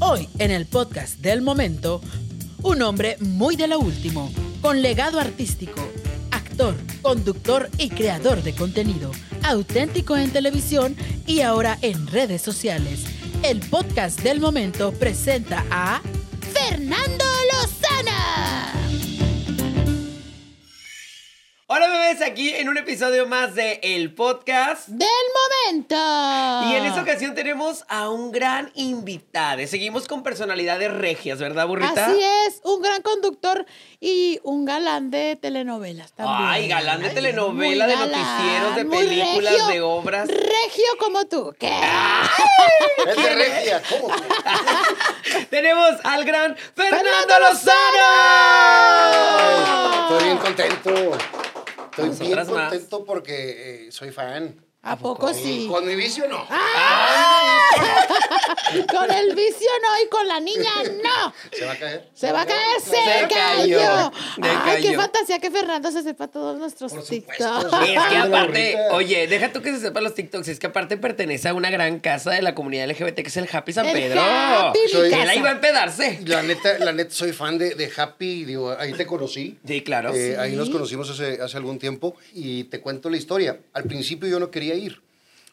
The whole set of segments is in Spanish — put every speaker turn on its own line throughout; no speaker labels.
Hoy, en el podcast del momento, un hombre muy de lo último, con legado artístico, actor, conductor y creador de contenido, auténtico en televisión y ahora en redes sociales. El podcast del momento presenta a Fernando Lozana.
Hola bebés, aquí en un episodio más de El Podcast.
Del momento.
Y
Ah.
en esta ocasión tenemos a un gran invitado. Seguimos con personalidades regias, ¿verdad, burrita?
Así es, un gran conductor y un galán de telenovelas también.
Ay, galán de
Ay,
telenovela,
muy
de
galán,
noticieros, de
muy
películas,
regio,
de obras.
Regio como tú. ¿Qué?
Es de regia, ¿cómo?
Tenemos al gran Fernando
¡Fernando Ah.
Lozano.
Estoy bien contento. Estoy bien
Nosotras más.
contento porque eh, soy fan.
¿A poco
Y
sí? Ah.
con mi vicio no.
Con el vicio no y con la niña no.
¿Se va a caer?
Se va a caer, se,
Se
cayó.
cayó. Se
Ay, qué
cayó.
fantasía que Fernando se sepa todos nuestros
Por supuesto.
TikToks.
Es que
Ay,
aparte,
burrita.
oye, deja tú que se sepa los TikToks, es que aparte pertenece a una gran casa de la comunidad LGBT que es el Happy San
El
Pedro.
Happy, mi
Soy-
Él
casa.
ahí va a empedarse.
La neta, la neta, soy fan de, de Happy. Digo, ahí te conocí.
Sí, claro.
Eh, Ahí nos conocimos hace, hace algún tiempo y te cuento la historia. Al principio yo no quería ir.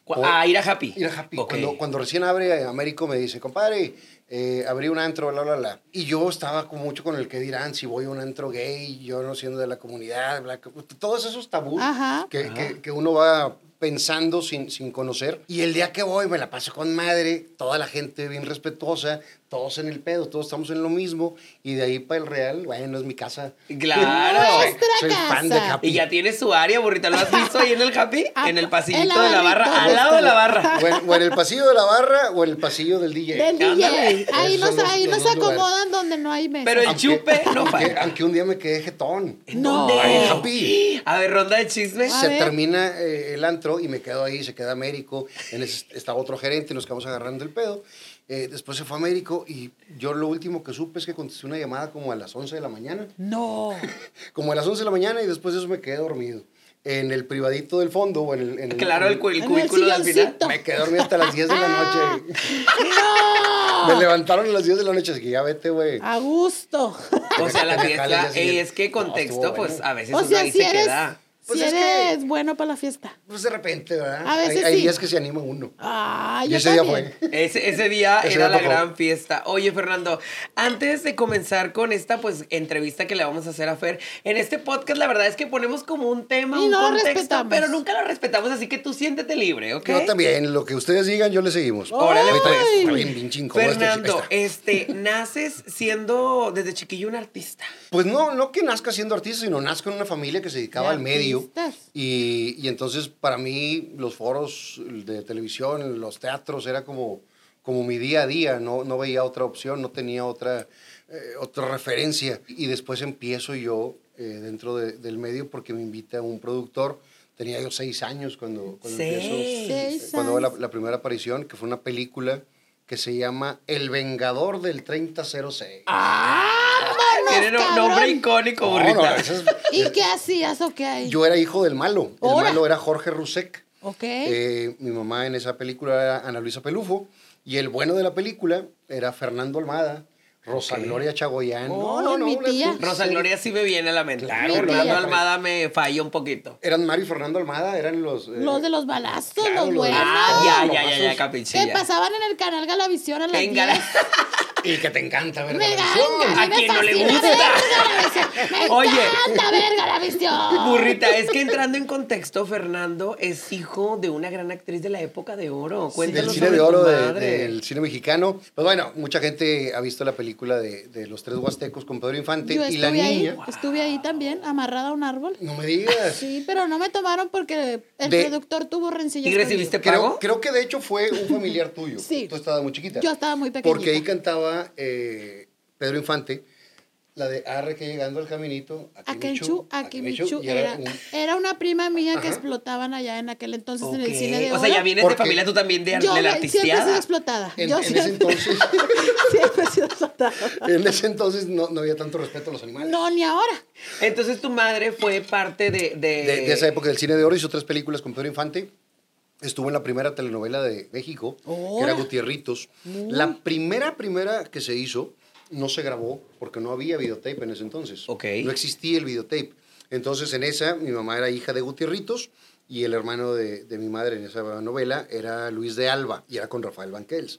Cu- ah, ir a Happy.
Ir a Happy.
Ok.
Cuando, cuando recién abre, eh, Américo me dice, compadre, eh, abrí un antro, bla, bla, bla. Y yo estaba con- mucho con el que dirán, si voy a un antro gay, yo no siendo de la comunidad, bla, que- todos esos tabús
Ajá.
que, que- que uno va pensando sin, sin conocer. Y el día que voy me la paso con madre, toda la gente bien respetuosa, todos en el pedo, todos estamos en lo mismo. Y de ahí para el real, bueno, es mi casa.
Claro.
Nuestra
Soy fan de
casa.
Happy.
Y ya tiene su área, burrita. ¿Lo has visto ahí en el Happy?
Ah,
En el
en
pasillito
la
de la barra.
barrita.
Al lado de la barra.
O en, o en el pasillo de la barra o en el pasillo del DJ.
Del DJ.
Ándale.
Ahí
Esos
nos,
son los-
ahí
los
nos
dos lugares.
acomodan donde no hay mesa.
Pero el
Aunque-
chupe no
aunque,
falta.
aunque un día me quedé jetón.
No.
Ay,
¿Dónde?
Happy.
A ver, ronda de chismes.
A
Eh, Se
ver.
termina eh, el antro y me quedo ahí, se queda Américo. En ese estaba otro gerente, nos quedamos agarrando el pedo. Eh, después se fue Américo y yo lo último que supe es que contesté una llamada como a las 11 de la mañana.
No.
Como a las 11 de la mañana y después de eso me quedé dormido. En el privadito del fondo o en el... en el-
Claro, el, cu- el
En el
cubículo del final.
silloncito.
Me quedé dormido hasta las 10 de la noche. Me levantaron a las 10 de la noche. Así que ya vete, güey.
A gusto.
Pues
O sea, la
Acá al día
fiesta.
siguiente.
Es que
No,
contexto,
estuvo
pues
bueno.
a veces
O
uno
sea,
ahí
si
se
eres,
queda.
Pues
si
es que-
eres bueno para la fiesta.
Pues de repente, ¿verdad?
A veces
hay, hay
sí.
días que se anima uno.
Ah,
Y
yo
ese día
también.
fue.
Ese, ese día
Ese
era la
día tocó.
gran fiesta. Oye, Fernando, antes de comenzar con esta pues entrevista que le vamos a hacer a Fer, en este podcast la verdad es que ponemos como un tema,
Y
un
no lo
contexto,
respetamos.
pero nunca lo respetamos, así que tú siéntete libre, ¿ok?
Yo también, lo que ustedes digan, yo le seguimos.
Órale,
Ahorita
pues.
está bien, bien chingo, este,
Fernando,
ahí está.
este, naces siendo desde chiquillo un artista.
Pues no, no que nazca siendo artista, sino nazco en una familia que se dedicaba
De
al
artistas.
medio. Y, y entonces, para mí, los foros de televisión, los teatros, era como, como mi día a día. No, no veía otra opción, no tenía otra, eh, otra referencia. Y después empiezo yo eh, dentro de- del medio porque me invita un productor. Tenía yo seis años cuando, cuando
Seis.
empiezo.
Seis
cuando hago la,
años.
la primera aparición, que fue una película que se llama El Vengador del 3006.
Ah, ¡Vámonos,
Tiene un
cabrón!
nombre icónico,
No, no,
burrita.
ese es-
¿Y qué hacías o qué hay?
yo era hijo del malo. El
Ahora.
malo era Jorge Rusek.
¿Ok?
Eh, mi mamá en esa película era Ana Luisa Pelufo. Y el bueno de la película era Fernando Almada, Rosa
Ok.
Gloria Chagoyán.
Oh, mi
una-
tía.
Rosa Gloria sí me viene a la mente.
Claro,
Fernando
claro.
Almada me falla un poquito.
Eran Mario y Fernando Almada, eran los... eh,
los de los balazos,
claro,
los
los-
buenos.
Ah,
no,
ya,
no,
ya, ya, ya,
vasos.
capichilla.
que pasaban en el canal Galavisión a las
Venga,
10.
Y que te encanta ver
Me
televisión.
encanta,
¿A
me
quién no le
fascina
gusta?
ver Galavisión. Me
Oye.
encanta ver Galavisión.
Burrita, es que entrando en contexto, Fernando es hijo de una gran actriz de la época de oro.
del
Cuéntanos
cine
sobre
de
tu
oro de-
madre.
del cine mexicano. Pues bueno, mucha gente ha visto la película de, de Los Tres Huastecos con Pedro Infante
Yo
y la
estuve ahí,
niña.
estuve ahí también, amarrada a un árbol.
No me digas.
Sí, pero no me tomaron porque el
De-
productor tuvo rencillas
¿Y recibiste
Creo,
pago?
creo que de hecho fue un familiar tuyo.
Sí.
Tú estabas muy chiquita.
Yo estaba muy pequeñita.
Porque ahí cantaba eh, Pedro Infante la de Arre que llegando al caminito.
Aquenchu, Akimichu,
y era
era,
un-
era una prima mía que
Ajá.
explotaban allá en aquel entonces en el
Ok.
cine de
O sea, ya
oro.
vienes de
Porque
familia tú también de, ar-
Yo
de la
me- siempre he sido
artisteada.
explotada.
En,
Yo
en ese
siempre,
entonces,
siempre he sido explotada.
en ese entonces no, no había tanto respeto a los animales.
No, ni ahora.
Entonces tu madre fue parte de... de-
de, de
Eh,
esa época del cine de oro, hizo tres películas con Pedro Infante. Estuvo en la primera telenovela de México, que
Ora.
era Gutierritos.
Mm.
La primera, primera que se hizo, no se grabó porque no había videotape en ese entonces.
Ok.
No existía el videotape. Entonces, en esa, mi mamá era hija de Gutierritos y el hermano de, de mi madre en esa novela era Luis de Alba y era con Rafael Banquels.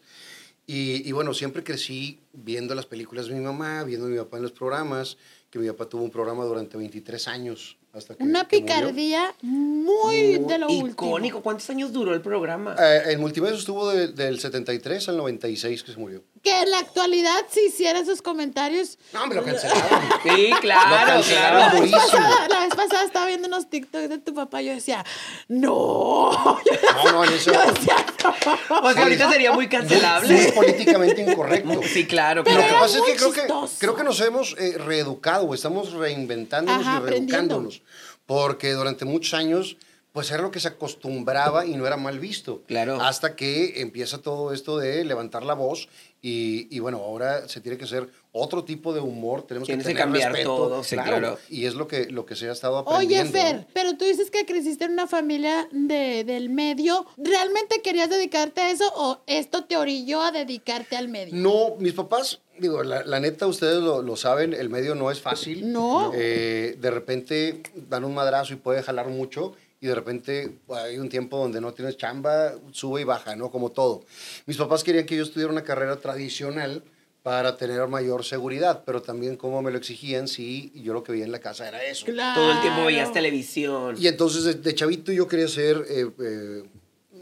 Y, y bueno, siempre crecí viendo las películas de mi mamá, viendo a mi papá en los programas, que mi papá tuvo un programa durante 23 años hasta que
Una
que murió.
picardía muy
Uh,
de lo
Icónico.
último.
¿Cuántos años duró el programa?
Eh, el multiverso estuvo de- del 73 al 96 que se murió.
Que en la actualidad si hicieran sus comentarios.
No, me lo cancelaron.
Sí,
lo
claro,
cancelaron
claro.
durísimo.
Pasada- la vez pasada estaba viendo unos TikToks de tu papá y yo decía, no.
No, no, en eso
Yo decía, no.
O sea, Pues ahorita sería muy
es
cancelable.
políticamente incorrecto.
Sí, claro,
Lo que
Pero
claro.
pasa es
muy
que creo, que
chistoso.
creo que nos hemos eh, reeducado, estamos reinventándonos
Ajá,
y reeducándonos. Porque durante muchos años, pues era lo que se acostumbraba y no era mal visto.
Claro.
Hasta que empieza todo esto de levantar la voz y, y bueno, ahora se tiene que hacer otro tipo de humor, tenemos
Tienes que
que tener
cambiar
respeto,
todo, sí, claro.
Y es lo que, lo que se ha estado
Oye,
aprendiendo.
Fer,
¿no?
pero tú dices que creciste en una familia de, del medio. ¿Realmente querías dedicarte a eso o esto te orilló a dedicarte al medio?
No, mis papás, digo, la, la neta, ustedes lo, lo saben, el medio no es fácil.
No.
Eh, de repente dan un madrazo y puede jalar mucho. Y de repente hay un tiempo donde no tienes chamba, sube y baja, ¿no? Como todo. Mis papás querían que yo estudiara una carrera tradicional para tener mayor seguridad, pero también como me lo exigían, sí, yo lo que veía en la casa era eso.
Todo el tiempo veías
Claro.
televisión.
Y entonces de, de chavito yo quería ser, eh, eh,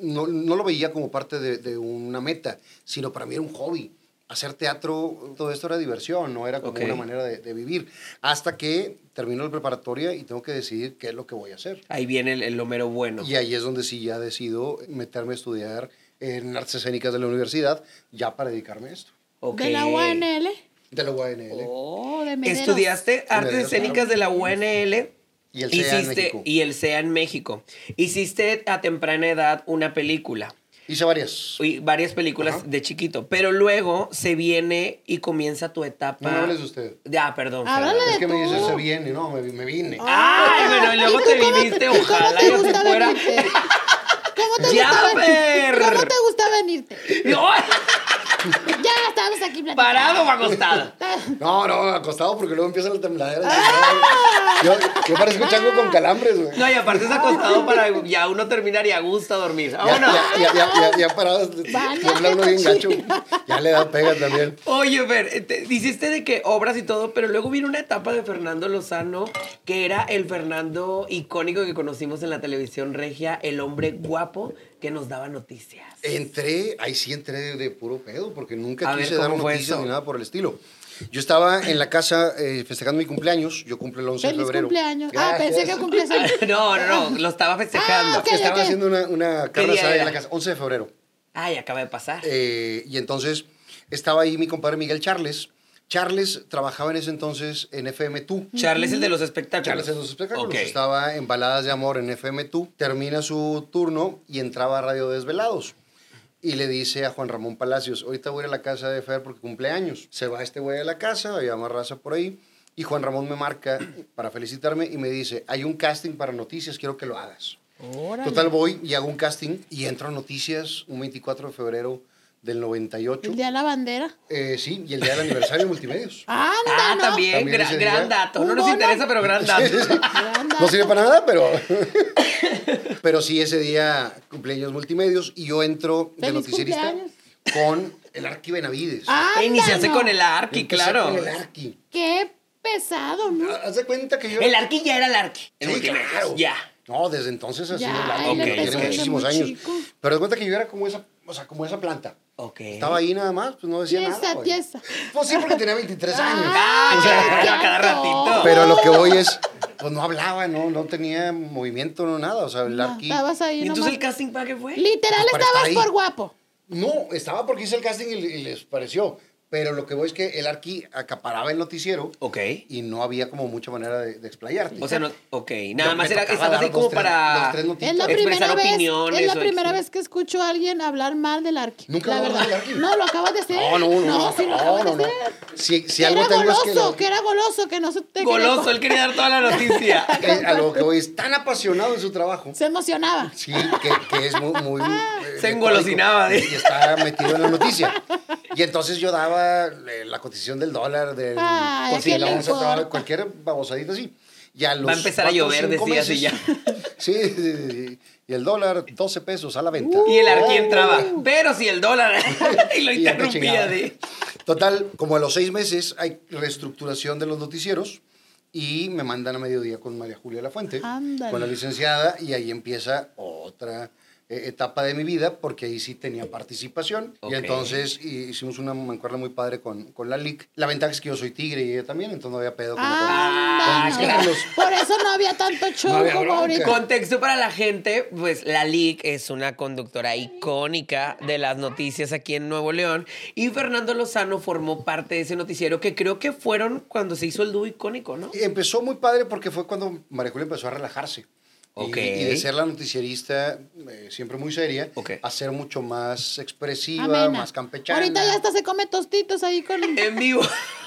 no, no lo veía como parte de, de una meta, sino para mí era un hobby. Hacer teatro, todo esto era diversión, no era como
Ok.
una manera de, de vivir. Hasta que termino la preparatoria y tengo que decidir qué es lo que voy a hacer.
Ahí viene el, el Homero bueno.
Y ahí es donde sí ya decido meterme a estudiar en artes escénicas de la universidad, ya para dedicarme a esto.
Ok.
De la UNL.
De la UANL.
Oh, de Mederos.
Estudiaste artes
Mederos,
escénicas
claro.
de la UNL.
Y el CEA en México.
Y el CEA en México. Hiciste a temprana edad una película.
Hice varias.
Y varias películas
Ajá.
de chiquito. Pero luego se viene y comienza tu etapa.
No me hables de usted.
Ya, perdón. Fer.
Háblale
Es que me
tú.
dice, se viene, no, me, me vine.
Ay, bueno, y luego
¿Y
te
tú cómo
viniste,
y cómo
ojalá
te
yo
gusta
te fuera.
venirte? ¿Cómo te
Ya,
gusta venirte?
Fer.
¿Cómo te gusta venirte?
No,
Ya estamos aquí platicando.
¿Parado o acostado?
No, no, acostado porque luego empieza la tembladera. Yo, yo parezco chango con calambres, güey.
No, y aparte es acostado para ya uno terminar y a gusto a dormir.
ya,
Vámonos.
ya, ya, ya, ya, ya parado,
Bañate,
tiembla uno bien gacho.
cochina.
Ya le da pega también.
Oye, Fer, eh, te- hiciste de que obras y todo, pero luego vino una etapa de Fernando Lozano, que era el Fernando icónico que conocimos en la televisión regia, el hombre guapo que nos daba noticias.
Entré, ahí sí entré de, de puro pedo, porque nunca
A ver,
quise dar
¿cómo fue
noticias
eso?
ni nada por el estilo. Yo estaba en la casa eh, festejando mi cumpleaños, yo cumplo el 11 de
Feliz
febrero.
cumpleaños. Ah,
Gracias.
pensé que cumplías el...
No, no, no, lo estaba festejando.
Ah, ok.
Estaba haciendo una, una
¿Qué
carne
día
asada
era?
en la casa, 11 de febrero.
Ay, acaba de pasar.
Eh, y entonces estaba ahí mi compadre Miguel Charles. Charles trabajaba en ese entonces en FM2.
Charles, el de
Mm.
los espectáculos.
Charles en los espectáculos.
Ok.
Estaba en Baladas de Amor en FM2. Termina su turno y entraba a Radio Desvelados. Y le dice a Juan Ramón Palacios, ahorita voy a ir a la casa de Fer porque cumple años. Se va este güey a la casa, había más raza por ahí. Y Juan Ramón me marca para felicitarme y me dice, hay un casting para noticias, quiero que lo hagas. Total, voy y hago un casting y entro a noticias un 24 de febrero del 98.
El día de la bandera.
Eh, sí, y el día del aniversario de Multimedios.
Anda,
Ah,
¿no?
también,
También
gra-
ese día.
gran dato. No
Un
nos
bono.
interesa, pero gran dato.
Anda.
No sirve para nada, pero. pero sí, ese día cumpleaños multimedios y yo entro de
Feliz
noticierista
cumpleaños. Ah,
con el Arqui Benavides.
Anda,
Iniciaste
no.
con el Arqui,
Empecé
claro.
Con el Arqui.
Qué pesado, ¿no?
Haz de cuenta que yo.
El Arqui ya era el Arqui. El
Sí,
último.
claro.
Ya.
No, desde entonces ha
Ya,
sido el
él
Arqui.
Ok,
tiene
empezó desde
muchísimos
muy
años.
chico.
Pero haz de cuenta que yo era como esa, o sea, como esa planta.
Ok.
Estaba ahí nada más, pues no decía
Tiesa,
nada. güey.
tiesa.
Pues sí, porque tenía 23 años.
Ah,
Ay,
claro,
qué
cada
antojo.
ratito.
Pero lo que voy es, pues no hablaba, no, no tenía movimiento, no nada. O sea, el
No,
Arqui.
estabas ahí
¿Y entonces el
nomás.
casting para qué fue?
Literal
Para estar
estabas
ahí.
por guapo.
No, estaba porque hice el casting y, y les pareció. Pero lo que voy es que el Arqui acaparaba el noticiero
Ok.
y no había como mucha manera de, de explayarte.
O sea, no, ok. Nada
Me
más era,
tocaba
estabas
dar
ahí como
dos, tres-
para...
dos, tres
Es
noticias.
la primera
Expresar
vez,
opiniones
es la
o
primera
ex-
vez que escucho a alguien hablar mal del Arqui.
Nunca
la
hablaba
verdad.
del Arqui.
No, lo acabas de hacer.
No, no, no.
No,
No,
sí, lo
no,
acabas
no.
de hacer.
Si, si
Que
algo
era
tengo es que.
goloso,
la-
que era goloso, que no se te
Goloso, él quería dar toda la noticia.
que a lo que voy es tan apasionado en su trabajo.
Se emocionaba.
Sí, que, que es muy... muy, eh,
Se engolosinaba,
metódico,
¿eh?
Y está metido en la noticia. Y entonces yo daba eh, la cotización del dólar, del...
Ay,
por
¿a
si
quién
la
le
vamos a trabajar,
importa?
cualquier babosadita así. Y a los
Va a empezar a
cuatro o
llover,
cinco
decías, y
meses- Sí, sí, sí. y el dólar, 12 pesos a la venta. Oh.
Y el arqui entraba. Pero si el dólar... y lo
Y ya me
interrumpía
chingaba.
de...
Total, como a los seis meses hay reestructuración de los noticieros y me mandan a mediodía con María Julia Lafuente,
Ándale.
con la licenciada, y ahí empieza otra eh, etapa de mi vida, porque ahí sí tenía participación.
Ok.
Y entonces hi- hicimos una mancuerna muy padre con, con la LIC. La ventaja es que yo soy tigre y ella también, entonces no había pedo con
Ah,
la
Ah,
Anda.
con mis hijos.
Por eso no había tanto show
No había
como
bronca.
ahorita.
Contexto para la gente, pues la LIC es una conductora icónica de las noticias aquí en Nuevo León y Fernando Lozano formó parte de ese noticiero que creo que fueron cuando se hizo el dúo icónico, ¿no?
Empezó muy padre porque fue cuando María Julia empezó a relajarse. Y-
Ok.
Y, de ser la noticierista eh, siempre muy seria,
Ok.
a ser mucho más expresiva,
Amena.
más campechana.
Ahorita ya hasta se come tostitos ahí con,
En vivo.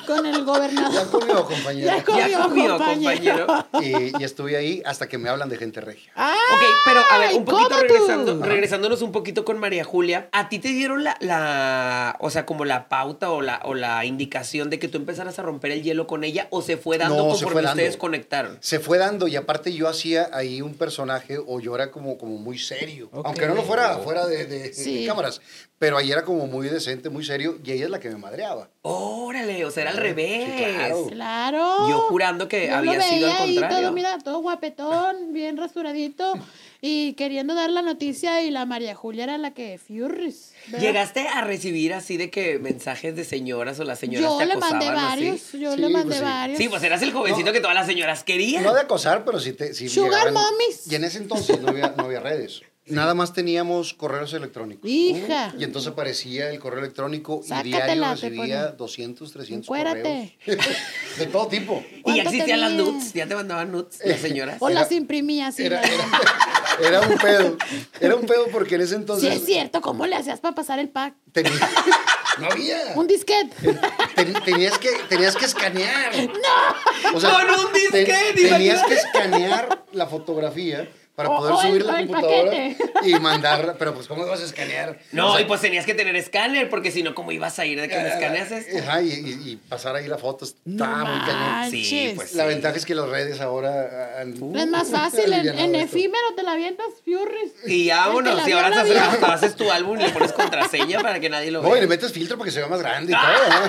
con el gobernador.
Ya comió, compañera.
Ya comió,
Ya comió,
compañero.
compañero.
y, y estuve ahí hasta que me hablan de gente regia.
Ah,
Ok, pero a ver, un poquito
¿cómo tú?
regresando, regresándonos un poquito con María Julia. ¿A ti te dieron la, la- o sea, como la pauta o la, o la indicación de que tú empezaras a romper el hielo con ella o se fue dando
No, se
conforme
fue dando.
ustedes conectaron?
Se fue dando y aparte yo hacía ahí un personaje o yo era como, como muy serio. Aunque no lo fuera fuera de, de- de
Sí.
cámaras. Pero ahí era como muy decente, muy serio y ella es la que me madreaba.
Órale, o sea, era al revés.
claro.
Claro.
Yo jurando que
Yo lo
había sido al
veía ahí
contrario.
Todo, mira, todo guapetón, bien rasuradito y queriendo dar la noticia y la María Julia era la que furries. ¿verdad?
¿Llegaste a recibir así de que mensajes de señoras o las señoras
Yo
te
le
acosaban
mandé
así?
varios, yo
Sí,
le
pues
mandé
sí.
varios.
Sí, pues eras el jovencito que todas las señoras querían.
No de acosar, pero sí te... sí
Sugar
llegaban-
mommies.
Y en ese entonces no había, no había redes. Nada más teníamos correos electrónicos. Uh,
Hija.
Y entonces aparecía el correo electrónico y
Sácatela,
diario
te
recibía
ponía.
200, 300
Encuérate.
correos. de todo tipo.
y ya
¿Cuánto
existían las
tenía?
nudes, ya te mandaban nudes
Eh,
las señoras.
o
era-
las imprimía así.
Era,
la-
era- era un pedo. Era un pedo porque en ese
Sí,
entonces.
es cierto, ¿cómo le hacías para pasar el pack?
tenía- no había.
Un disquete.
Ten- tenías, que, tenías que escanear. ¡No!
Con un disquete,
tenías
imagínate.
que escanear la fotografía para
O-
poder
o el-
subir
o
la
el
computadora
paquete.
y mandarla. Pero, pues, ¿cómo vas a escanear?
No,
O sea, Eh,
y pues tenías que tener escáner, porque si no, ¿cómo ibas a ir de que me escaneas esto?
Ajá, y, y- y pasar ahí la foto está muy cañón.
manches.
Sí, pues.
La
sí.
ventaja es que las redes ahora. ah, han-
Es más fácil, en,
alivianado
en
esto.
efímero te la avientas, furries.
Y ya, vámonos, y
vio,
ahora
la
haces,
vio.
hasta haces tu álbum y le pones contraseña para que nadie lo
No, y le
vea.
metes filtro para que se vea más grande y todo.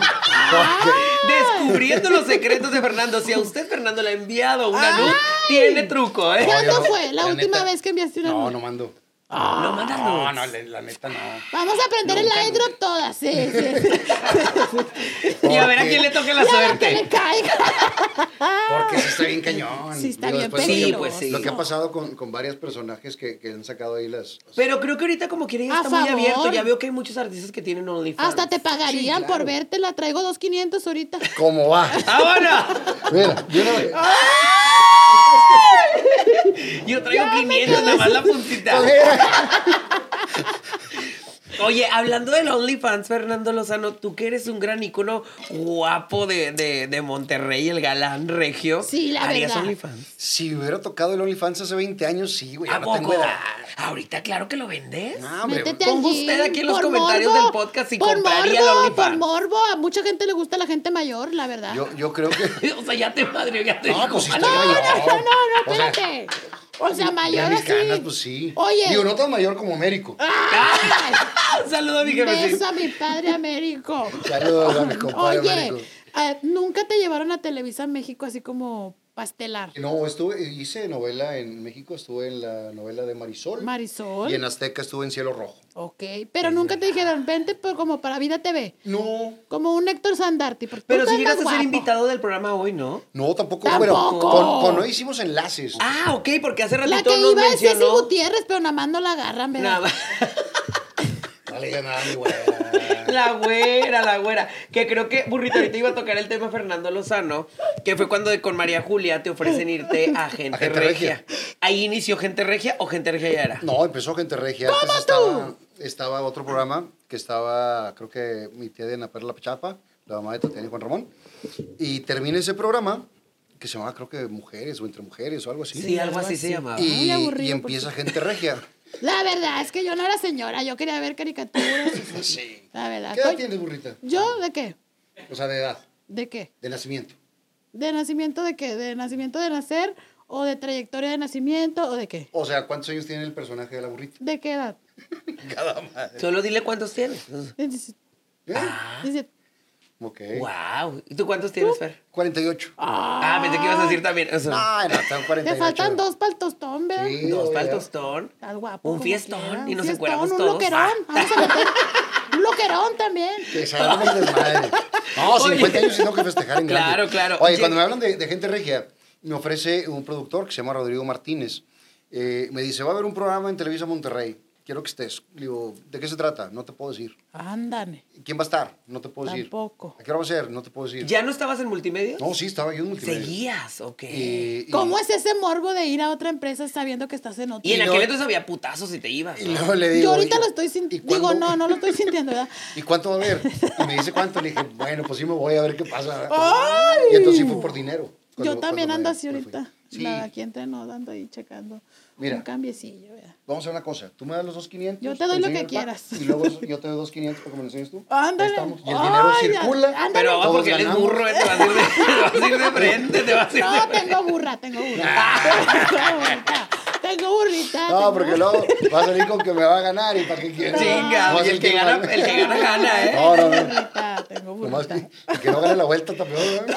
¿no?
Descubriendo los secretos de Fernando. Si a usted, Fernando, le ha enviado una
Ay.
nude, tiene truco, ¿eh?
No,
¿Cuándo
yo no-
fue la última vez que enviaste una
No,
nude?
no mando.
no mandas
No,
nudes.
no, le- la neta no.
Vamos a aprender el airdrop todas. Sí, sí, sí.
Y a ver a
Porque-
quién le toque la
Y ahora
suerte.
que le caiga.
Porque sí está bien cañón.
Sí está bien
después lo que-
peligroso. Sí, pues sí.
Lo que ha pasado con, con varios personajes que, que han sacado ahí las...
Pero creo que ahorita como quiere ya
A
está muy
favor.
abierto. Ya veo que hay muchos artistas que tienen OnlyFans.
Hasta te pagarían
Sí,
por
claro.
vértela. Traigo 2.500 ahorita.
¿Cómo va?
¡Ahora!
Mira, yo no... Pues
Ah.
Yo traigo 500, nada más la puntita.
mira.
Oye, hablando del OnlyFans, Fernando Lozano, tú que eres un gran icono guapo de, de, de Monterrey, el galán regio.
Sí, la
¿Harías
verdad.
OnlyFans?
Si me hubiera tocado el OnlyFans hace 20 años, sí, güey.
¿A
Ya no tengo
poco?
edad.
Ahorita claro que lo vendes.
No, hombre.
Métete
ponga
al gym,
usted aquí en los
por
comentarios del podcast si
por
compraría
morbo,
la OnlyFans.
Por morbo, a mucha gente le gusta la gente mayor, la verdad.
Yo, yo creo que...
O sea, ya te madre, ya te
No,
dijo. ¡Ah!
pues sí
no,
estoy
no,
mayor.
no, no, no,
O sea,
espérate. O sea,
ya
mayor
mis
así.
canas, pues sí.
Oye. Ah.
Digo, no tan mayor como Américo.
Un saludo a mi
Beso
jefecito.
a mi padre Américo.
Saludos a mi compadre
Oye,
Américo.
ah, nunca te llevaron a Televisa México así como pastelar.
No, estuve, hice novela en México, estuve en la novela de Marisol.
Marisol.
Y en Azteca estuve en Cielo Rojo.
Ok, pero nunca te dijeron, vente por- como para Vida TV.
No,
Como un Héctor Sandarti. Porque
Pero
tú
si llegas
andas
a ser
guapo.
invitado del programa hoy, ¿no?
no, tampoco.
Tampoco.
Bueno, con, con no hicimos enlaces.
Ah, ok, porque hace
La
ratito
que
nos
iba es Ceci
mencionó.
Gutiérrez, pero nada más no la agarran, ¿verdad?
Nada.
No le digas nada, mi güera.
La güera, la güera. Que creo que Burrito ahorita iba a tocar el tema Fernando Lozano, que fue cuando de- con María Julia te ofrecen irte a Gente,
A Gente
Regia.
Regia.
Ahí inició Gente Regia o Gente Regia ya era.
No, empezó Gente Regia. Antes estaba, estaba otro programa que estaba, creo que mi tía de Ana Perla Chapa, la mamá de Tatiana y Juan Ramón. Y termina ese programa que se llamaba, creo que Mujeres o Entre Mujeres o algo así.
Sí, algo así se llamaba.
Y,
Ay, aburrido,
y empieza Gente Regia.
La verdad es que yo no era señora, yo quería ver caricaturas. y sí.
Sí.
La verdad.
¿Qué edad
Soy-
tienes, burrita?
¿Yo de qué?
O sea, de edad,
¿De qué?
de nacimiento.
¿De nacimiento de qué? ¿De nacimiento de nacer? ¿O de trayectoria de nacimiento? ¿O de qué?
O sea, ¿cuántos años tiene el personaje de la burrita?
¿De qué edad?
Cada madre.
Solo dile cuántos tienes.
Dice- Ah.
¿Eh?
dice,
Ok.
Wow. ¿Y tú cuántos tienes, Fer?
48.
Ah, pensé que ibas a decir también eso.
Ay, no, tengo 48.
Te faltan dos para el tostón, ¿verdad?
Sí,
Dos para el
obvio.
tostón.
Al guapo.
Un
como
fiestón,
quiera,
y
un
nos
fiestón,
encueramos
un
todos. Ah,
loquerón. Vamos a meter un loquerón también.
Que se hagan los desmadres. No,
Oye.
50 años tengo que festejar en grande.
Claro, claro.
Oye,
Oye.
cuando me hablan de, de gente regia, me ofrece un productor que se llama Rodrigo Martínez. Eh, me dice, va a haber un programa en Televisa Monterrey. Quiero que estés. Le digo, ¿de qué se trata? No te puedo decir.
Ándale.
¿Quién va a estar? No te puedo decir.
Tampoco.
¿A qué hora va a ser? No te puedo decir.
¿Ya no estabas en multimedia?
No, sí, estaba yo en multimedia.
Seguías, ok.
Y- y-
¿Cómo es ese morbo de ir a otra empresa sabiendo que estás en otra?
Y en
Y
aquel
no-
entonces había putazos y te ibas.
y
¿no?
luego le digo,
Yo ahorita
"Oye,
lo estoy
¿y
sintiendo. Digo,
cuándo-
no, no lo estoy sintiendo, ¿verdad?
¿Y cuánto va a haber? Y me dice cuánto. Le dije, bueno, pues sí me voy a ver qué pasa. Y entonces sí fue por dinero. Cuando-
Yo también ando
cuando me-
así
me
ahorita.
fui. Sí.
Nada, aquí entre nos ando ahí checando.
Mira.
Un cambiecillo, ¿verdad?
Vamos a hacer una cosa. Tú me das los 2,500.
Yo te doy lo que
enseño el pack,
quieras.
Y luego eso- yo te doy 2,500 porque me lo enseñas tú. Ya
Ándale.
estamos. Y el
Ay,
dinero
ya- Ah,
circula.
ándale.
Pero vamos
Todos
porque él es
ganamos.
burro, eh, te vas a ir de, te vas a ir de frente, te vas a ir de
No,
frente.
tengo burra, tengo burra.
Ah.
tengo burrita. Tengo burrita.
No,
tengo-
porque luego va a salir con que me va a ganar y para qué quieres.
Chinga,
Nomás
y el que
no-
gana- el que gana, gana, ¿eh?
No, no, no.
Burrita, tengo
Nomás
burrita.
que, el que no gane la vuelta también. ¿no?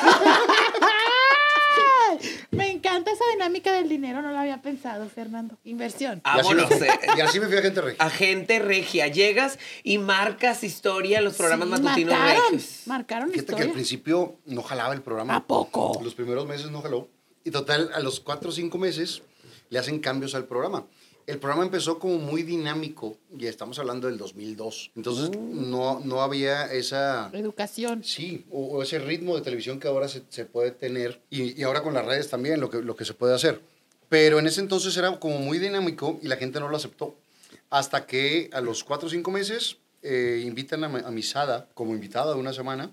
¡Ay! Me encanta esa dinámica del dinero, no la había pensado, Fernando. Inversión.
Y así me
Vámonos.
fui-
eh.
Y así me fui a gente regia.
Agente regia, llegas y marcas historia en los programas
Sí,
matutinos
marcaron,
regios.
marcaron
Fíjate que al
historia.
principio no jalaba el programa.
¿A poco?
Los primeros meses no jaló. Y total, a los cuatro o cinco meses le hacen cambios al programa. El programa empezó como muy dinámico y estamos hablando del 2002. Entonces
Mm.
no, no había esa...
Educación.
Sí, o, o ese ritmo de televisión que ahora se, se puede tener y, y ahora con las redes también lo que, lo que se puede hacer. Pero en ese entonces era como muy dinámico y la gente no lo aceptó. Hasta que a los cuatro o cinco meses eh, invitan a, Ma- a Misada como invitada de una semana,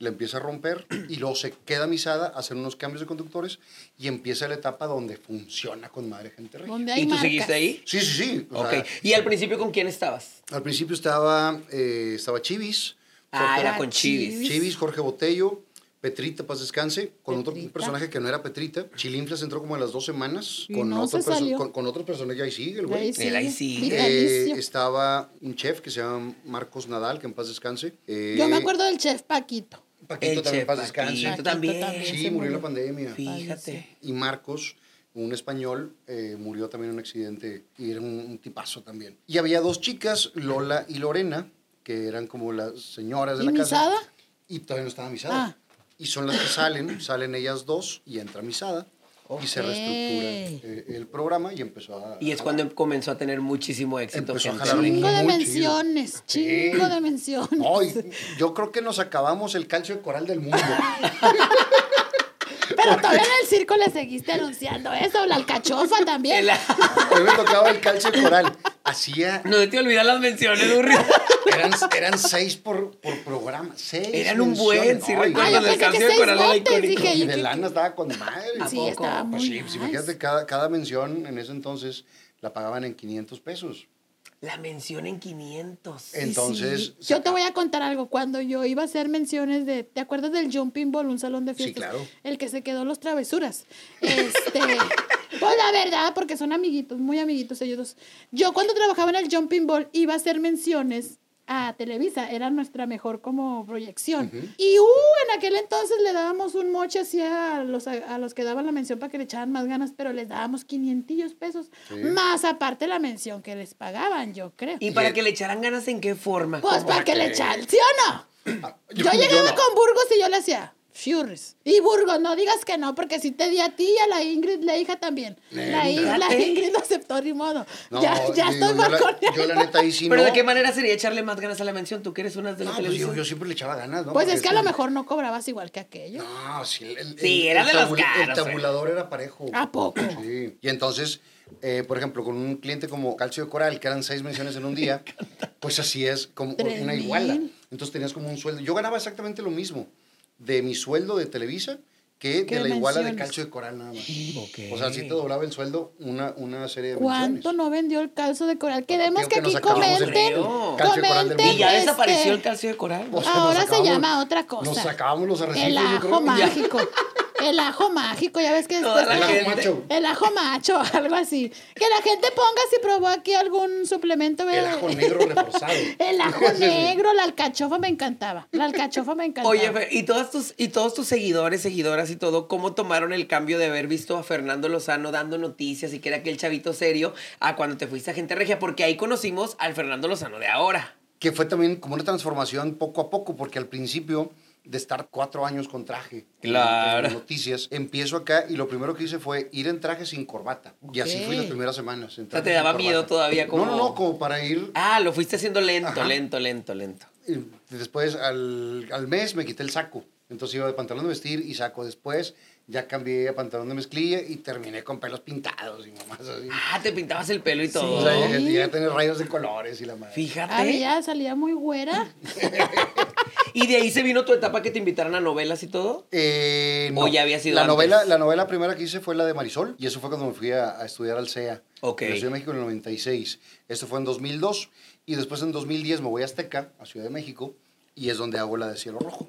la empieza a romper y luego se queda Misada, hacen unos cambios de conductores y empieza la etapa donde funciona con madre gente regia.
Donde hay
¿Y tú
marcas.
seguiste ahí?
Sí, sí, sí. o
Ok.
sea,
¿Y al principio con quién estabas?
al principio estaba, eh, estaba Chivis.
Ah,
Jorge-
era con Chivis.
Chivis.
Chivis, Jorge Botello, Petrita, paz descanse, con otro
Petrita.
personaje que no era Petrita. Chilinflas entró como a las dos semanas
Y
con,
no
otro
se
perso-
salió.
con, con otro personaje, ahí sigue el
De ahí
güey.
sigue.
Él ahí sigue.
Eh,
Vitalicio.
estaba un chef que se llama Marcos Nadal, que en paz descanse. Eh,
Yo me acuerdo del chef Paquito.
Paquito
El
también,
chef
en paz descanse.
Paquito también.
Paquito también.
Sí,
se
murió en la
murió.
pandemia.
Fíjate.
Y Marcos, un español, eh, murió también en un accidente y era un, un tipazo también. Y había dos chicas, Lola y Lorena, que eran como las señoras de
¿Y
la casa.
Misada?
Y todavía no estaba misada.
Ah.
Y son las que salen, salen ellas dos y entra misada. Y se
Ok.
reestructura eh, el programa y empezó a...
Y es cuando comenzó a tener muchísimo éxito.
Empezó a
gente
jalar
regia.
Chingo de
Muy chido.
menciones.
Sí.
Chingo de menciones.
No, y yo creo que nos acabamos el calcio de coral del mundo.
Pero todavía en el circo le seguiste anunciando eso. La alcachofa también.
El-
A mí me tocaba el calcio de coral. Hacía
No se te olvidas las menciones, Urri.
Eran, eran seis por, por programa. Seis.
Eran un
menciones.
buen, sí,
Ay,
Ay,
recuerdo
yo
del
pensé que
canción
seis
coral era
botes,
icónico.
dije,
Y
yo qué-
de
Ah,
lana estaba con madre.
¿A
Sí,
poco?
estaba muy
Pues sí, pues
nice.
imagínate, cada, cada mención en ese entonces la pagaban en 500 pesos.
La mención en 500.
En- Entonces,
Sí, sí. Yo
saca-
te voy a contar algo. Cuando yo iba a hacer menciones de. ¿Te acuerdas del Jumping Ball, un salón de
Sí,
fiestas?
claro.
El que se quedó los travesuras. Este. Pues la verdad, porque son amiguitos, muy amiguitos ellos dos. Yo cuando trabajaba en el Jumping Ball iba a hacer menciones a Televisa, era nuestra mejor como proyección. Y uh, en aquel entonces le dábamos un moche así a los, a los que daban la mención para que le echaran más ganas, pero les dábamos 500 pesos,
Sí.
más aparte la mención que les pagaban, yo creo.
¿Y para que le echaran ganas en qué forma?
Pues
¿Cómo?
para que le echan, ¿sí o no?
Ah,
Yo llegaba
no.
con Burgos y yo le hacía. Fiurres. Y Burgos, no digas que no, porque si te di a ti y a la Ingrid, la hija también. La, I- la
Neta.
Ingrid no aceptó ni modo.
No,
ya ya
digo,
estoy
yo,
mal con
la, yo la neta ahí sí
Pero
no.
¿de qué manera sería echarle más ganas a la mención? Tú que eres una de
No,
la
pues yo,
televisión.
yo siempre le echaba ganas, ¿no?
Pues
Porque
es que a lo
sí-
mejor no cobrabas igual que aquello.
No, sí. El, el-
Sí,
el-
era
el
de los
tabul-
caros, eh.
El tabulador era parejo.
¿A poco?
Sí. Y entonces, eh, por ejemplo, con un cliente como Calcio de Coral, que eran seis menciones en un día, pues así es como
Tres
una
mil.
iguala. Entonces tenías como un sueldo. Yo ganaba exactamente lo mismo de mi sueldo de Televisa que
¿Qué
de la iguala de
menciones?
Calcio de Coral nada más.
Ok.
O sea, sí te doblaba el sueldo una, una serie de
¿Cuánto
menciones.
no vendió el calzo de coral? Queremos
Creo
que
que
aquí
nos acabamos
el
comenten.
video.
Calcio de
Comenten.
coral del mundo.
Y ya
este, pues,
desapareció el calcio de coral.
O sea, nos
Ahora se
acabamos-
llama otra cosa.
Nos sacábamos los arrecifes,
El
yo
ajo
creo.
mágico. El ajo mágico, ya ves que
Toda
después
la
El
te-
ajo
gente.
macho.
El ajo macho, algo así. Que la gente ponga si probó aquí algún suplemento.
El
eh,
ajo negro reforzado.
El ajo negro, la alcachofa me encantaba. La alcachofa me encantaba.
Oye, Fer, y todas tus y todos tus seguidores, seguidoras y todo, ¿cómo tomaron el cambio de haber visto a Fernando Lozano dando noticias y que era aquel chavito serio a cuando te fuiste a Gente Regia? Porque ahí conocimos al Fernando Lozano de ahora.
que fue también como una transformación poco a poco, porque al principio de estar cuatro años con traje en-
Claro.
en noticias, empiezo acá y lo primero que hice fue ir en traje sin corbata. Y así fui las primeras semanas. en
sea,
traje
te daba
sin
miedo
corbata.
todavía como-
No, no, no, como para ir...
Ah, lo fuiste haciendo lento,
Ajá.
lento, lento, lento.
y Después, al, al mes, me quité el saco. Entonces iba de pantalón de vestir y saco. Después ya cambié a pantalón de mezclilla y terminé con pelos pintados y mamás así.
Ah, te pintabas el pelo y todo.
O sea, llegué, llegué a tener rayos de colores y la madre.
Fíjate.
Había, Ah, salía muy güera.
Y de ahí se vino tu etapa que te invitaron a novelas y todo.
Eh,
¿O ya había sido
la
antes?
novela La novela primera que hice fue la de Marisol, y eso fue cuando me fui a, a estudiar al CEA.
Ok.
En la Ciudad de México en el 96. Esto fue en 2002, y después en 2010 me voy a Azteca, a Ciudad de México, y es donde hago la de Cielo Rojo,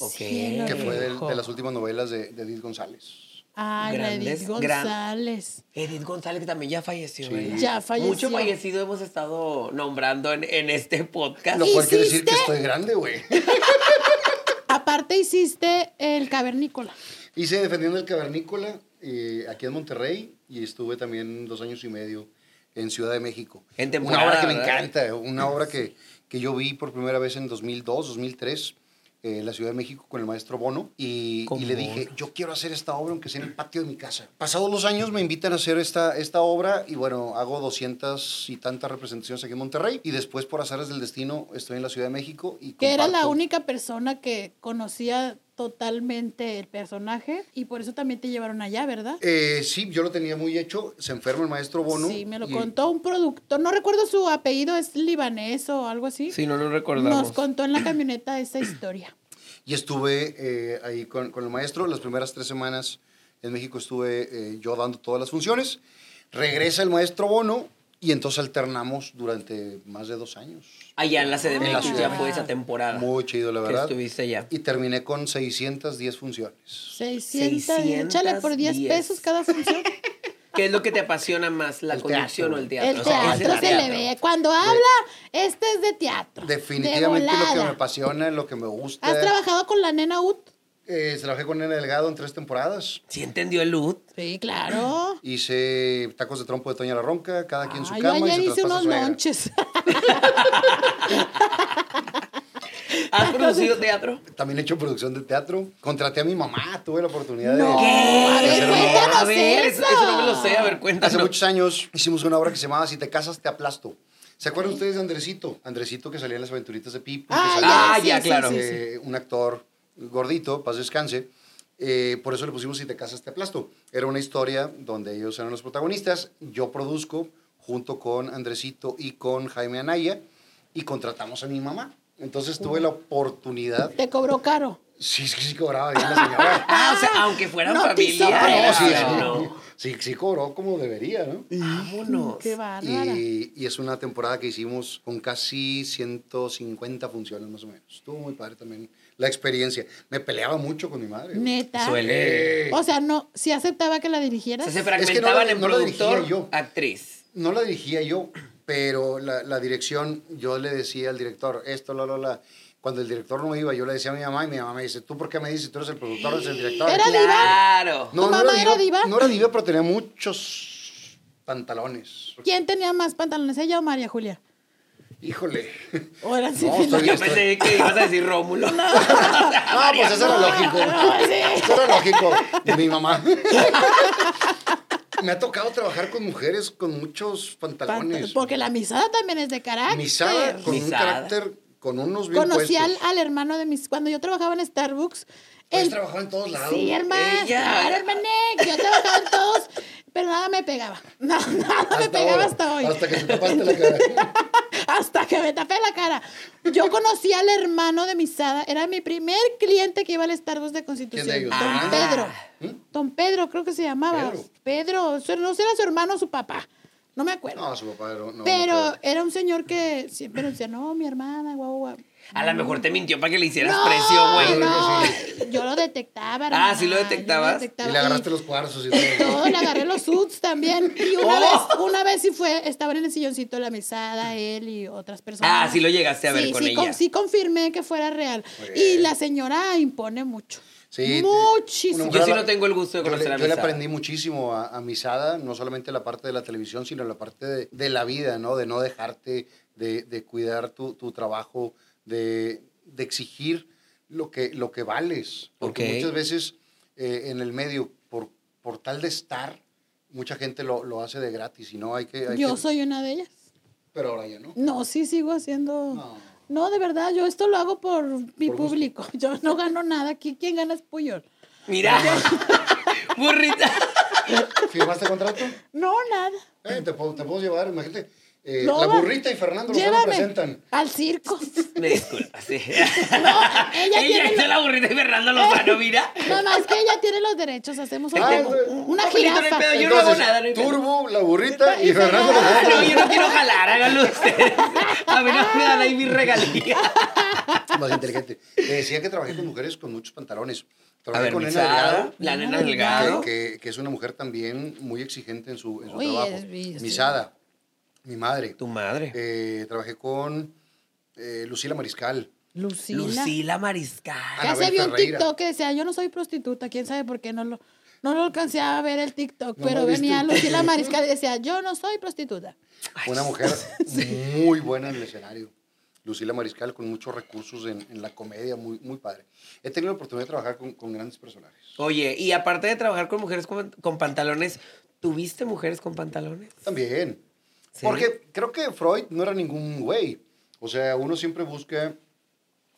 Ok.
Cielo.
que fue del-
Rojo.
de, las últimas novelas de, de Edith González.
Ay, la Edith
Grandes, gran-
González.
Edith González, que también ya falleció,
Sí.
¿verdad?
Ya falleció.
Mucho fallecido hemos estado nombrando en, en este podcast.
Lo cual quiere decir que
¿Hiciste?
estoy grande, güey.
Aparte hiciste el cavernícola.
Hice Defendiendo el Cavernícola eh, aquí en Monterrey, y estuve también dos años y medio en Ciudad de México.
En temporada,
una obra que me
¿verdad?
encanta, una obra que, que yo vi por primera vez en 2002, 2003, eh, en la Ciudad de México con el maestro Bono, y,
Con
y le
Bono.
dije, yo quiero hacer esta obra aunque sea en el patio de mi casa. Pasados los años me invitan a hacer esta, esta obra y bueno, hago 200 y tantas representaciones aquí en Monterrey, y después por azares del destino estoy en la Ciudad de México. y
Que era la
comparto-
única persona que conocía totalmente el personaje. Y por eso también te llevaron allá, ¿verdad?
Eh, sí, yo lo tenía muy hecho. Se enferma el maestro Bono.
sí, me lo
y-
contó un productor. No recuerdo su apellido, es libanés o algo así.
Sí, no lo
Nos
recordamos.
contó en la camioneta esa historia.
Y estuve eh, ahí con, con el maestro. Las primeras tres semanas en México estuve eh, yo dando todas las funciones. Regresa el maestro Bono y entonces alternamos durante más de dos años.
Allá en la sede de
En la
México
ciudad.
ya fue esa temporada.
Muy chido, la
que
verdad.
estuviste allá.
Y terminé con 610 funciones.
600, échale por 10
610.
pesos cada función.
¿Qué es lo que te apasiona más, la
El
conducción
teatro.
o el teatro?
El
O sea, ese
teatro se le
teatro.
ve. Cuando habla, este es de teatro.
Definitivamente
De
lo que
volada.
me apasiona, lo que me gusta.
¿Has trabajado con la nena Ut?
Eh, trabajé con Nena Delgado en tres temporadas.
¿Sí entendió el Ud?
Sí, claro.
Hice tacos de trompo de Toña la Ronca, cada quien su
Ay,
cama.
yo
y
ayer
se
hice
traspasa
unos
suegra.
monches.
¿Has producido teatro?
También he hecho producción de teatro. Contraté a mi mamá, tuve la oportunidad
No.
de...
A ver, cuéntanos
A ver,
eso.
eso. no me lo sé. A ver, cuéntanos.
Hace muchos años hicimos una obra que se llamaba Si te casas, te aplasto. ¿Se acuerdan ustedes de Andresito? Andresito que salía en las aventuritas de Pipi. que
Ah,
salía-
Ah,
sí,
ya,
sí,
claro.
sí, sí.
eh, un actor gordito, paz descanse. Eh, por eso le pusimos Si te casas, te aplasto. Era una historia donde ellos eran los protagonistas. Yo produzco junto con Andresito y con Jaime Anaya y contratamos a mi mamá. Entonces tuve la oportunidad.
Te cobró caro.
Sí, es que sí cobraba bien la señora.
Ah, o sea, aunque fueran
No pisó
familiares.
Ah,
No, sí,
precio.
pero
sí,
no.
sí, sí cobró como debería, ¿no?
Vámonos.
Qué bárbara.
Y, y es una temporada que hicimos con casi 150 funciones más o menos. Estuvo muy padre también la experiencia. Me peleaba mucho con mi madre. güey.
Neta.
Suele.
O sea, no, si aceptaba que la
O
dirigieras.
sea, se
que no
fragmentaban
la-
en
no la dirigía
productor,
yo.
actriz.
No la dirigía yo, pero la, la dirección, yo le decía al director, esto, la, la, la. Cuando el director no iba, yo le decía a mi mamá y mi mamá me dice, ¿tú por qué me dices? Tú eres el productor, eres el director.
Era diva.
Claro.
¿Tu mamá era diva?
No era diva, pero tenía muchos pantalones.
¿Quién tenía más pantalones, ella o María Julia?
Híjole.
Ahora sí.
No,
que
estoy-
no.
Yo pensé que ibas a decir Rómulo.
Ah, pues eso era lógico.
no, sí.
Eso era lógico. Mi mamá. Me ha tocado trabajar con mujeres con muchos pantalones.
Porque la misada también es de carácter.
Misada, con
Misada.
un carácter, con unos bien
Conocí al,
puestos.
al hermano de mis. Cuando yo trabajaba en Starbucks.
Pues
él-
trabajó en todos lados.
Sí, hermano.
Ella.
Claro, hermané. Yo trabajaba en todos. Pero nada me pegaba. No, nada me
Hasta
pegaba
ahora,
hasta hoy.
Hasta que te tapaste la cara.
Hasta que me tapé la cara. Yo conocí al hermano de Misada. Era mi primer cliente que iba al Starbucks de Constitución.
¿Quién de ellos?
Don
Ah. ¿Mm?
Pedro. Don Pedro, creo que se llamaba.
Pedro.
Pedro. su- no sé, era su hermano o su papá. No me acuerdo.
No, su papá era- no, no.
Pero
creo.
era un señor que siempre decía, no, mi hermana, guau, guau. guau".
A lo mejor te mintió para que le hicieras
No,
precio, güey.
no, yo lo detectaba.
Ah,
hermana,
sí lo
yo
detectabas.
detectaba.
Y le agarraste
Y-
los cuarzos y
y
todo.
todo, le agarré los suits también. Y una
Oh.
vez, una vez sí fue, estaban en el silloncito de la mesada, él y otras personas.
Ah, sí lo llegaste a ver
Sí,
con
sí,
ella.
con- sí confirmé que fuera real.
Muy
Y
bien.
la señora impone mucho.
Sí, una
Muchísimo.
mujer
Yo sí
a la-
no tengo el gusto de
yo le-
conocer a
Yo le
Misada.
aprendí muchísimo a, a Misada, no solamente la parte de la televisión, sino la parte de, de la vida, ¿no? De no dejarte, de, de cuidar tu, tu trabajo, de, de exigir lo que, lo que vales. Porque
Ok.
muchas veces eh, en el medio, por, por tal de estar, mucha gente lo, lo hace de gratis y no hay que... hay
Yo
que-
soy una de ellas.
Pero ahora ya no.
No, sí sigo haciendo.
No.
No. de verdad, yo esto lo hago por mi
Por gusto.
público. Yo no gano nada. Aquí quien gana es Puyol.
Mira. Burrita.
¿Firmaste contrato?
No, nada.
Eh, te, puedo, te puedo llevar, imagínate. eh,
No,
la
va-
burrita y Fernando Lozano
Llévame
presentan.
al circo.
Me disculpas. sí.
ella
ella
tiene
hizo
lo-
la burrita y Fernando Lozano, mira.
No, no, es que ella tiene los derechos. Hacemos
Ah,
algo.
güey.
una
Papelito en el
jirafa.
pedo, yo no- hago nada, no hay pedo.
Turbo, la burrita y
Y
Fernando
Fernando
Ah,
Lozano.
no, yo no quiero jalar, háganlo ustedes. A mí no me dan ahí mi regalía.
Más inteligente. Te decía que trabajé con mujeres con muchos pantalones.
A
Trabajé
ver,
con Nena
Misada,
Delgado,
La nena
Nena
delgado.
que, que- que es una mujer también muy exigente en su, en su
Uy,
trabajo.
es- es-
Misada, mi madre.
Tu madre.
Eh, trabajé con eh, Lucila Mariscal.
Lucila.
Lucila Mariscal.
Ya
Anabel
se vio un
Ferreira.
TikTok que decía, yo no soy prostituta, quién sabe por qué no lo, no lo alcancé a ver el TikTok,
No lo
pero
viste.
venía Lucila Mariscal y decía, yo no soy prostituta.
Una mujer muy buena en el escenario. Lucila Mariscal con muchos recursos en, en la comedia, muy, muy padre. He tenido la oportunidad de trabajar con, con grandes personajes.
Oye, y aparte de trabajar con mujeres con, con pantalones, ¿tuviste mujeres con pantalones?
También.
Sí.
Porque creo que Freud no era ningún güey. O sea, uno siempre busca,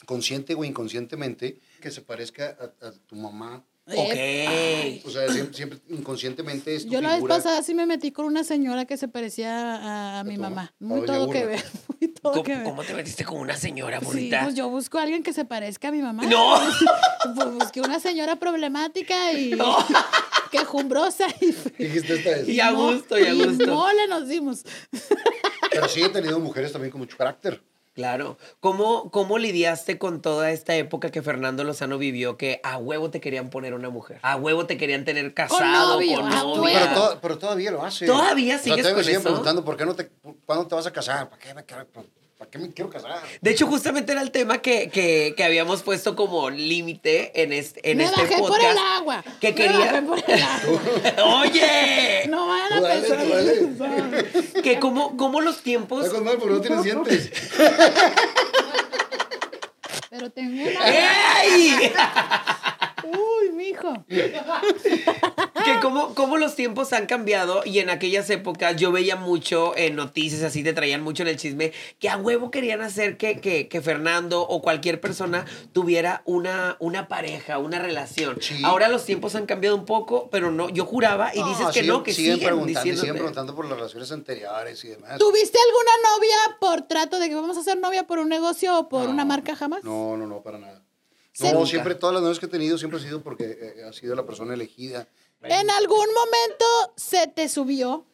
consciente o inconscientemente, que se parezca a, a tu mamá.
Eh,
Ok.
O sea, siempre, siempre inconscientemente es tu
Yo la vez
figura.
pasada sí me metí con una señora que se parecía a, a mi
tu
mamá.
mamá?
Muy
Ay,
todo
qué
que
burra.
ver, muy todo
¿Cómo,
que ver.
cómo te metiste con una señora
Sí,
bonita?
pues yo busco a alguien que se parezca a mi mamá.
¡No!
Pues busqué una señora problemática y quejumbrosa y,
Dijiste, "Esta es".
Y a
mo-
gusto, y a gusto.
mole nos dimos.
Pero sí he tenido mujeres también con mucho carácter.
Claro. ¿Cómo, ¿Cómo lidiaste con toda esta época que Fernando Lozano vivió que a huevo te querían poner una mujer? A huevo te querían tener casado, con novia.
novio, a
Pero,
huevo.
to- pero todavía lo hace.
¿Todavía
O sea,
sigues
todavía me
con
siguen
eso?
preguntando, ¿por qué no te, por- ¿cuándo te vas a casar? ¿Para qué me quiero, por- para qué me quiero casar?
De hecho, justamente era el tema que, que- que habíamos puesto como límite en este, en
me
este
bajé
podcast.
por el agua.
Que
me
quería.
bajé por el agua.
Oye,
No van a
Tú dale,
pensar.
tú dale.
que como, como los tiempos.
Está con mal porque no tienes dientes.
Pero tengo una.
¡Ey!
Uy, mijo.
que cómo, cómo los tiempos han cambiado y en aquellas épocas yo veía mucho en noticias, así te traían mucho en el chisme, que a huevo querían hacer que, que, que Fernando o cualquier persona tuviera una, una pareja, una relación.
Sí.
Ahora los tiempos han cambiado un poco, pero no, yo juraba y dices que
siguen-
no, que siguen,
preguntando, y siguen
diciéndote.
preguntando por las relaciones anteriores y demás.
¿Tuviste alguna novia por trato de que vamos a ser novia por un negocio o por
No,
una marca jamás?
No, no, no, para nada.
Sí.
No,
Nunca.
siempre, todas las novias que he tenido siempre ha sido porque eh, ha sido la persona elegida.
¿En algún momento se te subió?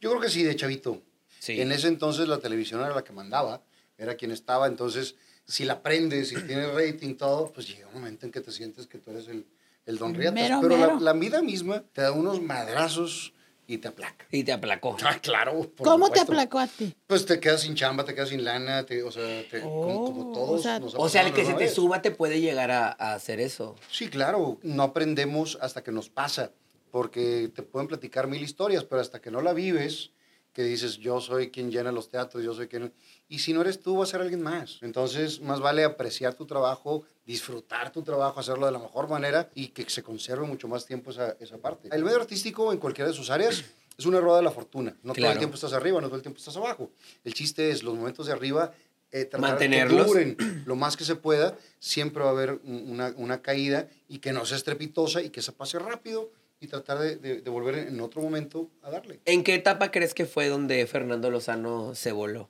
Yo creo que sí, de chavito.
Sí.
En ese entonces la televisión era la que mandaba, era quien estaba. Entonces, si la prendes, si tienes rating, todo, pues llega un momento en que te sientes que tú eres el, el Don Riatas.
Mero,
Pero la-
mero.
La, vida misma te da unos madrazos y te aplaca.
Y te aplacó.
Ah, claro. por
¿Cómo te
supuesto.
aplacó a ti?
Pues te quedas sin chamba, te quedas sin lana, te- o sea, te- como, como
Oh,
todos.
o sea-
nos ha
O sea,
pasado
el que se
alguna
te
vez.
suba te puede llegar a, a hacer eso.
Sí, claro, no aprendemos hasta que nos pasa, porque te pueden platicar mil historias, pero hasta que no la vives, que dices, yo soy quien llena los teatros, yo soy quien... Y si no eres tú, va a ser alguien más. Entonces, más vale apreciar tu trabajo, disfrutar tu trabajo, hacerlo de la mejor manera y que se conserve mucho más tiempo esa, esa parte. El medio artístico, en cualquiera de sus áreas, es una rueda de la fortuna. No todo
Claro.
el tiempo estás arriba, no todo el tiempo estás abajo. El chiste es los momentos de arriba... eh, tratar de que
Mantenerlos.
duren lo más que se pueda, siempre va a haber un- una, una caída y que no sea estrepitosa y que se pase rápido y tratar de- de- de volver en otro momento a darle.
¿En qué etapa crees que fue donde Fernando Lozano se voló?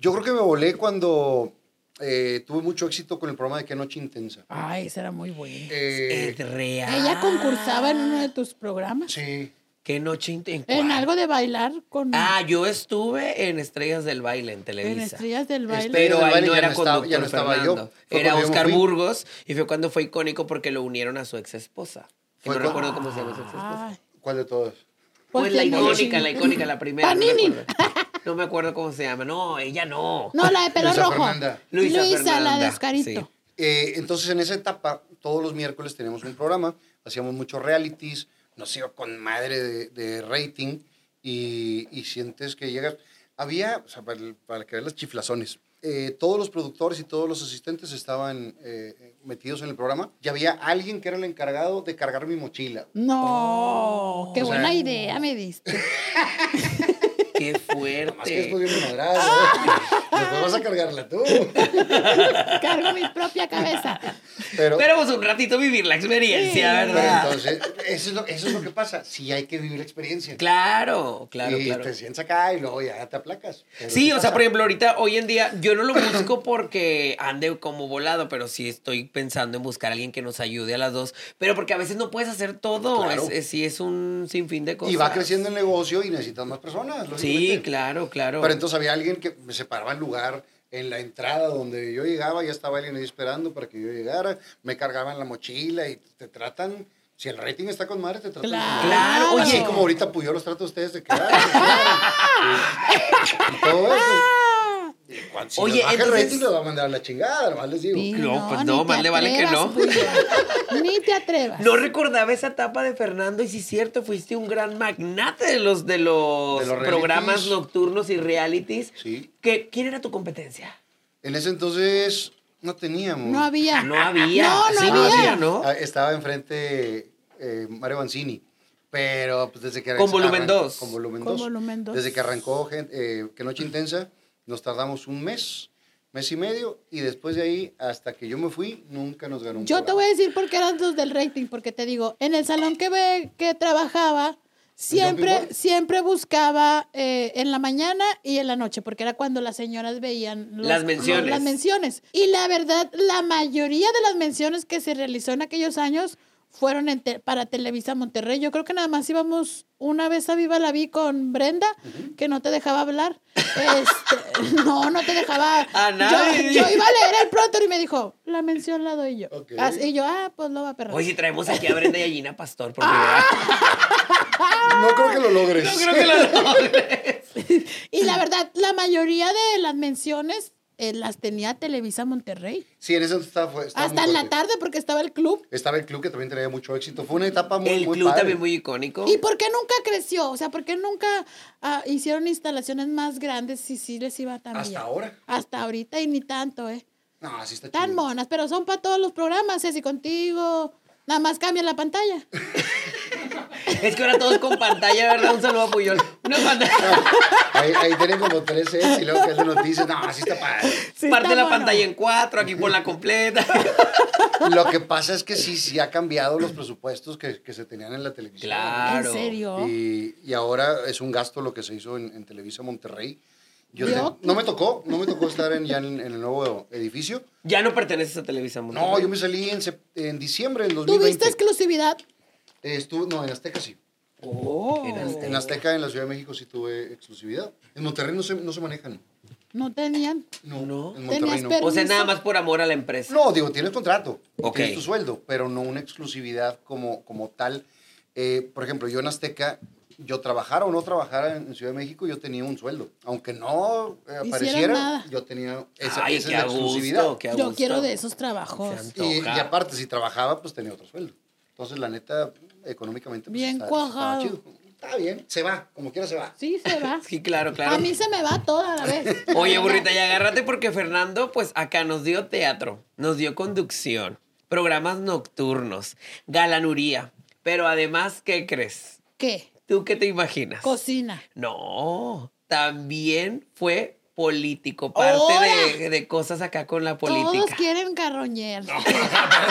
Yo creo que me volé cuando eh, tuve mucho éxito con el programa de Qué Noche Intensa.
Ay, esa era muy buena.
Eh,
es real.
Ella concursaba en uno de tus programas.
sí.
¿Qué noche inte- en
En
cuál?
algo de bailar con
Ah, yo estuve en Estrellas del Baile en
en
Televisa.
Estrellas del Baile.
Estrellas
Pero
del
ahí
Baile
no
ya
era
no estaba-
conductor
ya no estaba yo.
Fernando.
Fue
Era
cuando yo me
Oscar
fui.
Burgos y fue cuando fue icónico porque lo unieron a su ex esposa.
Fue
no
cuando-
recuerdo cómo se llama su ex esposa.
Ay,
¿Cuál de todos?
Pues la
porque no-
icónica, la icónica, la primera. no me
Panini.
acuerdo. No me acuerdo cómo se llama. No, ella no.
No, la de pelo
Luisa
rojo.
Fernanda.
Luisa
la de
Fernanda,
Oscarito.
sí.
Eh, entonces, en esa etapa, todos los miércoles teníamos un programa, hacíamos muchos realities, nos iba con madre de, de rating y, y sientes que llegas. Había, o sea, para, el- para que veas las chiflazones, eh, todos los productores y todos los asistentes estaban eh, metidos en el programa y había alguien que era el encargado de cargar mi mochila.
No,
Oh.
qué
O sea-
buena idea me diste.
Qué
Más que esto
fuerte.
dio mi madrazo.
Ah.
Después vas a cargarla tú.
Cargo mi propia cabeza.
Pero,
Pero vamos un ratito a vivir la experiencia,
pero
¿verdad?
entonces, eso es, lo, eso es lo que pasa. Si hay que vivir la experiencia.
Claro, claro,
y
claro.
te sientas acá y luego ya te aplacas. Pero
Sí, o sea,
pasa.
por ejemplo, ahorita, hoy en día, yo no lo busco porque ande como volado, pero sí estoy pensando en buscar a alguien que nos ayude a las dos. Pero porque a veces no puedes hacer todo.
Claro.
Es, es- sí, es un sinfín de cosas.
Y va creciendo el negocio y necesitas más personas.
Sí,
lógicamente.
claro, claro.
Pero entonces había alguien que me separaba el lugar en la entrada donde yo llegaba, ya estaba alguien ahí esperando para que yo llegara, me cargaban la mochila y te tratan, si el rating está con madre, te tratan con
Claro.
madre.
Claro,
Así
oye.
como ahorita pues yo los trato a ustedes de quedar. y todo eso. Y cuando- si
Ah. Oye,
les baja
entonces-
el rating les va a mandar a la chingada, nomás les digo.
Sí,
No, pues
ni
no,
te
más le vale que
atrevas,
no.
Julio. Ni te atrevas.
No recordaba esa etapa de Fernando y sí es cierto, fuiste un gran magnate de los, de los,
De los realities.
programas nocturnos y realities.
Sí.
¿Qué- ¿Quién era tu competencia?
En ese entonces no teníamos.
No había.
No había.
No, no
Sí,
Ah, sí,
había.
¿no?
Ah, Estaba enfrente eh, Mario Banzini. Pero pues, desde que
Con volumen
arran-
dos.
Con volumen
Con
2.
volumen dos.
Desde que arrancó gen- eh, Que Noche Intensa, nos tardamos un mes, mes y medio, y después de ahí, hasta que yo me fui, nunca nos ganó un
Yo te voy a decir por qué eran los del rating, porque te digo, en el salón que, ve, que trabajaba,
Jumping
siempre,
Boy?
siempre buscaba eh, en la mañana y en la noche, porque era cuando las señoras veían los-
Las menciones.
las menciones. Y la verdad, la mayoría de las menciones que se realizó en aquellos años fueron en te- para Televisa Monterrey. Yo creo que nada más íbamos una vez a Viva la Vi con Brenda, que no te dejaba hablar. Este, no, no te dejaba.
A
Yo-
nadie.
yo iba a leer el pronto y me dijo, la mención la doy yo.
Ok.
Así- y yo, ah, pues lo va a perder.
Hoy sí traemos aquí a Brenda y a Gina Pastor. Porque
Ah,
no
No creo que lo logres.
creo que lo
Y la verdad, la mayoría de las menciones eh, las tenía Televisa Monterrey.
Sí, en ese entonces estaba, fue- estaba
Hasta
muy
en la
fuerte.
tarde porque estaba el club.
Estaba el club que también traía mucho éxito. Fue una etapa muy,
El
muy
club
padre.
también muy
Oh.
icónico.
¿Y por qué nunca creció? O sea, ¿por qué nunca ah, hicieron instalaciones más grandes si sí les iba tan
Hasta
bien?
ahora.
Hasta ahorita y ni tanto, ¿eh?
No, así está
Tan
chido.
monas, pero son para todos los programas, Ceci, contigo. Nada más cambia la pantalla.
Es que ahora todos con pantalla, ¿verdad? Un saludo a Puyol. Una pantalla.
Ahí, ahí tienen como tres Cs y luego que alguien nos dice, no, así está padre.
Sí,
Parte
está
la
mono.
pantalla en cuatro, aquí por la completa.
Lo que pasa es que sí, sí ha cambiado los presupuestos que, que se tenían en la televisión.
Claro.
¿En serio?
Y, y ahora es un gasto lo que se hizo en, en Televisa Monterrey. Yo te-
Yo-
no me tocó, no me tocó estar en, ya en, en el nuevo edificio.
Ya no perteneces a Televisa Mundial.
No, yo me salí en, sep- en diciembre del 2020.
¿Tuviste exclusividad?
Eh, estuve- no, en Azteca sí.
En Azteca.
En Azteca, en la Ciudad de México sí tuve exclusividad. En Monterrey no se, no se manejan.
No tenían.
No,
No.
en
Tenías
Monterrey no.
permiso.
O sea, nada más por amor a la empresa.
No, digo, tienes contrato,
Ok.
tienes tu sueldo, pero no una exclusividad como, como tal. Eh, por ejemplo, yo en Azteca, yo trabajara o no trabajara en Ciudad de México, yo tenía un sueldo. Aunque no eh, apareciera,
nada.
yo tenía esa,
Ay,
esa
qué
es
a
la exclusividad.
gusto, qué a
Yo
gusto.
quiero de esos trabajos.
Sean
Y, y
Toca.
aparte, si trabajaba, pues tenía otro sueldo. Entonces, la neta, económicamente, pues,
Bien
está- estaba
cuajado.
chido. está bien, se va, como quiera se va.
Sí, se va.
Sí, claro, claro.
A mí se me va toda la vez.
Oye, burrita, y agárrate porque Fernando, pues acá nos dio teatro, nos dio conducción, programas nocturnos, galanuría. Pero además, ¿qué crees?
¿Qué?
¿Tú qué te imaginas?
Cocina.
No, también fue político, parte de, de cosas acá con la
Todos
política.
quieren carroñer.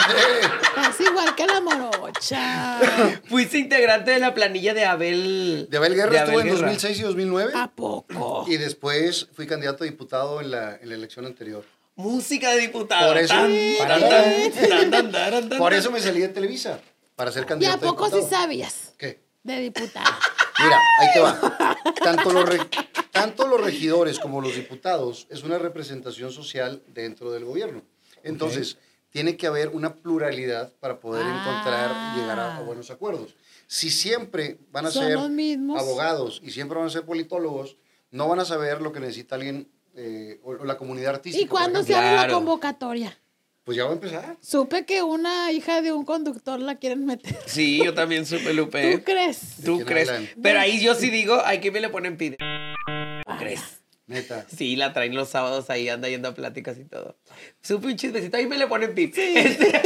Es igual que la morocha.
Fuiste integrante de la planilla de Abel.
De Abel Guerra estuve en 2006 y 2009
¿A poco?
y después fui candidato a diputado en la, en la elección anterior.
Música de diputado.
Por eso-
Tan, tan, tan, tan, tan, tan, tan.
Por eso me salí de Televisa, para ser
¿Y a
candidato
poco sí
diputado.
sabías?
¿Qué?
De diputada.
Mira, ahí te va. Tanto los, re- tanto los regidores como los diputados es una representación social dentro del gobierno. Entonces, tiene que haber una pluralidad para poder
Ah.
encontrar, llegar a, a buenos acuerdos. Si siempre van a
Son
ser
los mismos.
abogados y siempre van a ser politólogos, no van a saber lo que necesita alguien eh, o, o la comunidad artística.
¿Y
por
cuándo se
ejemplo.
abre la
Claro.
convocatoria?
Pues ya va a empezar.
Supe que una hija de un conductor la quieren meter.
Sí, yo también supe, Lupe.
¿Tú crees?
¿Tú
quién
crees?
hablan?
Pero ahí yo sí digo, hay que me le ponen pide. ¿Tú crees?
Neta.
Sí, la traen los sábados ahí, anda yendo a pláticas y todo. Supe un chismecito, ahí me le ponen pide. Este,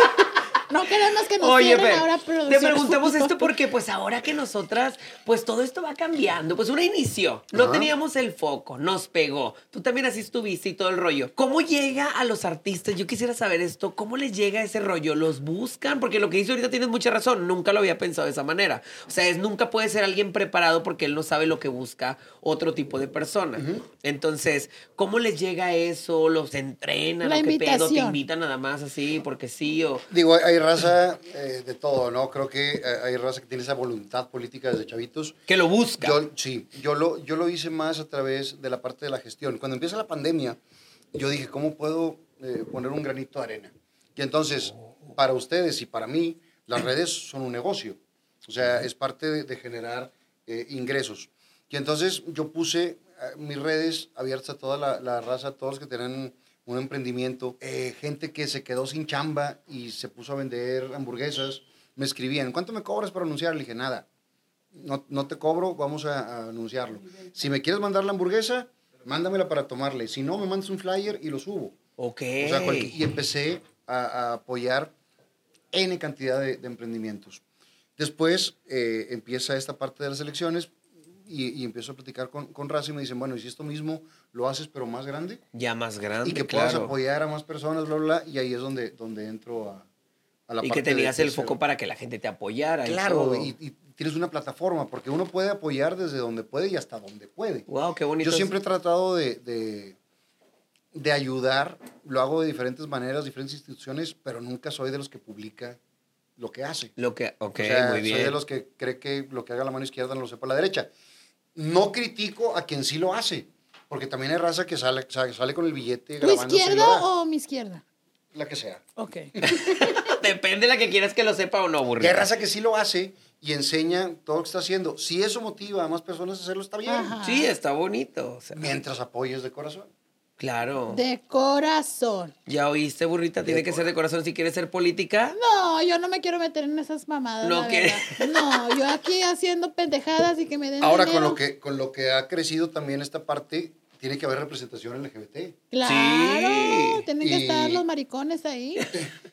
No queremos que nos
Oye,
cierren
Fer,
ahora
te
producciones.
preguntamos esto porque pues ahora que nosotras, pues todo esto va cambiando. Pues una inició, no
Ajá.
teníamos el foco, nos pegó. Tú también así estuviste y todo el rollo. ¿Cómo llega a los artistas? Yo quisiera saber esto, ¿cómo les llega ese rollo? ¿Los buscan? Porque lo que dice ahorita tienes mucha razón, nunca lo había pensado de esa manera. O sea, es nunca puede ser alguien preparado porque él no sabe lo que busca otro tipo de persona. Entonces, ¿cómo les llega eso? ¿Los entrenan?
La
¿O qué pedo? ¿Te
invitación.
invitan nada más así porque sí o...?
Digo, hay, hay raza eh, de todo, ¿no? Creo que eh, hay raza que tiene esa voluntad política desde chavitos.
Que lo busca.
Yo, sí, yo lo, yo lo hice más a través de la parte de la gestión. Cuando empieza la pandemia, yo dije, ¿cómo puedo eh, poner un granito de arena? Y entonces, para ustedes y para mí, las redes son un negocio. O sea, es parte de, de generar eh, ingresos. Y entonces yo puse eh, mis redes abiertas a toda la, la raza, a todos los que tenían un emprendimiento, Eh, gente que se quedó sin chamba y se puso a vender hamburguesas, me escribían, ¿cuánto me cobras para anunciar? Le dije, nada, no, no te cobro, vamos a, a anunciarlo. Si me quieres mandar la hamburguesa, mándamela para tomarle. Si no, me mandas un flyer y lo subo.
Ok.
O sea, cualquier- y empecé a, a apoyar N cantidad de, de emprendimientos. Después eh, empieza esta parte de las elecciones y, y empiezo a platicar con, con Raza y me dicen, bueno, ¿y si esto mismo lo haces pero más grande?
ya más grande,
Y que puedas
claro.
apoyar a más personas, bla, bla, bla. Y ahí es donde, donde entro a, a la
y
parte
que
de-
tenías
de
el
ser-
foco para que la gente te apoyara.
Claro, y, y tienes una plataforma, porque uno puede apoyar desde donde puede y hasta donde puede.
wow, qué bonito.
Yo siempre he tratado de, de, de ayudar, lo hago de diferentes maneras, diferentes instituciones, pero nunca soy de los que publica lo que hace.
Lo que, ok,
o sea,
muy bien.
soy de los que cree que lo que haga la mano izquierda no lo sepa la derecha. No critico a quien sí lo hace, porque también hay raza que sale, sale, sale con el billete
¿Tu
grabándose y
izquierda
lo da,
o mi izquierda?
la que sea.
Ok.
Depende de la que quieras que lo sepa o no,
Y hay
burrito.
raza que sí lo hace y enseña todo lo que está haciendo. Si eso motiva a más personas a hacerlo, está bien.
Ajá.
Sí, está bonito. o sea,
Mientras apoyes de corazón.
claro.
De corazón.
ya oíste, burrita, tiene que ser de corazón si quieres ser política.
No, yo no me quiero meter en esas mamadas.
No,
la
¿qué?
verdad. No, yo aquí haciendo pendejadas y que me den.
Ahora, con
dinero.
lo, que, con lo que ha crecido también esta parte, tiene que haber representación LGBT.
Claro,
Sí.
tienen que
Y-
estar los maricones ahí.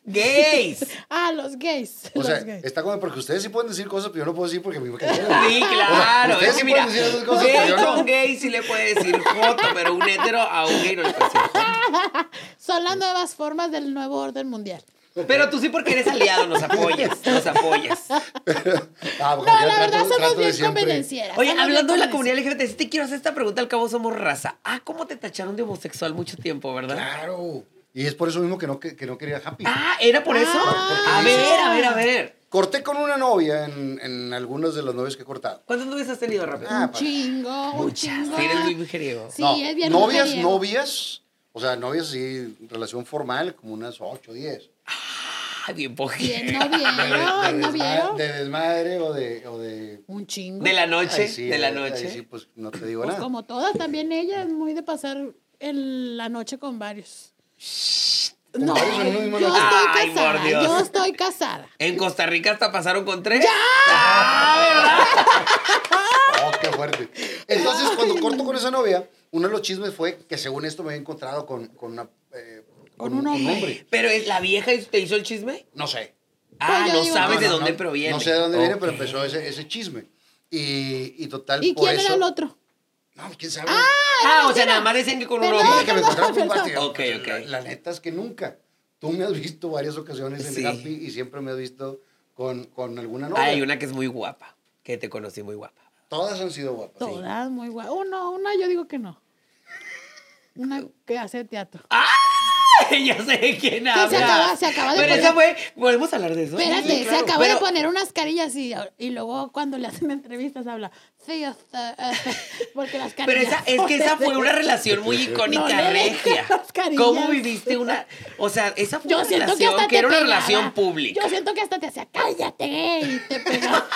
¡Gays!
Ah, los gays.
O
los
sea,
gays.
está como porque ustedes sí pueden decir cosas, pero yo no puedo decir porque a mí me cancela.
Sí, claro.
ustedes
es que
sí
mira,
pueden decir esas cosas, pero
gay
yo no.
con gay sí le puede decir joto, pero un hétero a un gay no le puede decir joto.
Son las nuevas formas del nuevo orden mundial.
Pero tú sí porque eres aliado, nos apoyas, nos apoyas.
Ah, porque
No,
yo
la
trato-
verdad
trato
somos
de
bien
siempre-
convenencieras.
Oye,
somos
hablando de
bien
la comunidad LGBT, sí te quiero hacer esta pregunta, al cabo somos raza. Ah, ¿cómo te tacharon de homosexual mucho tiempo, verdad?
Claro. Y es por eso mismo que no, que, que no quería Happy.
Ah, ¿era por eso?
Ah.
a ver, a ver, a ver.
Corté con una novia en, en algunas de las novias que he cortado.
¿Cuántas novias has tenido, rápido?
Ah,
Un chingo, un chingo.
Sí, eres muy mujeriego.
Ah, Sí, es bien
novias,
mujeriego.
novias. O sea, novias sí, relación formal, como unas 8, 10.
Ah, bien pojero.
Bien, no vieron, Ah, no vieron.
de desmadre o de... O de
Un chingo.
De la noche,
Ay, sí,
de la
ay,
noche.
sí, pues no te digo
Pues
nada.
como todas, también ella es muy de pasar el- la noche con varios. No,
varios en una
yo
misma
estoy
noche.
Ay, por
casada.
Dios.
Yo estoy casada.
En Costa Rica hasta pasaron con tres. ¡Ah, verdad!
Oh, qué fuerte. Entonces, cuando corto con esa novia, uno de los chismes fue que según esto me había encontrado con, con una, eh,
Con un hombre.
Pero es la vieja te hizo el chisme.
No sé.
Ah,
yo
no
digo-
sabes
No,
de
no,
dónde
no,
proviene.
No sé de dónde viene,
Ok.
pero empezó ese, ese chisme. Y, y total,
¿Y
por
quién
eso...
era el otro?
No, quién sabe.
Ah, o sea,
mentira.
nada más dicen que con un
Perdón.
Dime
hombre.
que me encontraron con un
Perdón.
partido.
Ok, ok.
La, la neta es que nunca. Tú me has visto varias ocasiones en
Sí.
el Happy y siempre me has visto con, con alguna novia.
Ah, hay una que es muy guapa, que te conocí muy guapa.
Todas han sido guapas.
Todas muy guay. Uno, una yo digo que no. Una que hace teatro.
Ah, ya sé de quién
se
habla.
acaba- se acaba de
Pero
poner-
esa fue... ¿Podemos hablar de eso?
Espérate,
sí,
se
claro.
acabó de
Pero-
poner unas carillas y, y luego cuando le hacen entrevistas habla. Sí, o sea, eh, porque las
Pero
carillas.
esa, es que esa fue una relación muy icónica,
No le dejes
regia.
las carillas.
¿Cómo viviste una...? O sea, esa fue
Yo
una
siento que
relación
hasta
que
te
era una
pegaba.
relación pública.
Yo siento que hasta te hacía cállate y te pegaba.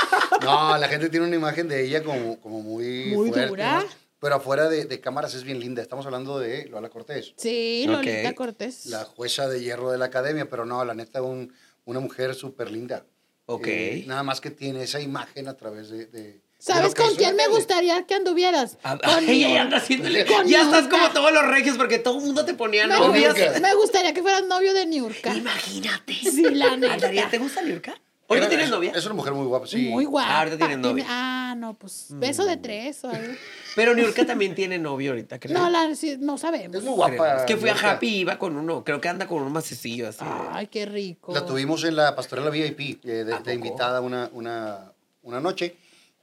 No, la gente tiene una imagen de ella como, como muy,
Muy
fuerte,
dura.
¿no? Pero afuera de, de cámaras es bien linda. Estamos hablando de Lola Cortés,
Sí,
Ok.
Lolita Cortés.
la jueza de hierro de la academia, pero no, la neta, un- una mujer súper linda.
Ok.
nada más que tiene esa imagen a través de... de- de lo
¿Sabes
que
con
hizo
quién me
la tele.
gustaría que anduvieras?
Ah,
Con
ay, ya
Lolita.
anda haciéndole...
Con
Ya estás
Niurka.
como todos los regios, porque todo el mundo te ponía
Me,
novias.
gu- me gustaría que fueras novio de Niurka.
Imagínate.
Sí, la neta.
Andaría, ¿te gusta Niurka? ¿Hoy no
Era-
tienes
es-
novia?
Es una mujer muy guapa, sí.
Muy guapa.
Ahorita tienen novio.
Tiene- Ah, no, pues
Mm.
beso de tres o algo.
Pero Niurka también tiene novio ahorita, creo.
No, la, sí, no sabemos.
Es muy
Creo.
guapa.
Es que fui a
Blanca.
Happy y iba con uno. Creo que anda con un macecillo así. de-
Ay, qué rico.
La tuvimos en la pastorela VIP, eh, de, de
poco?
invitada una, una, una noche.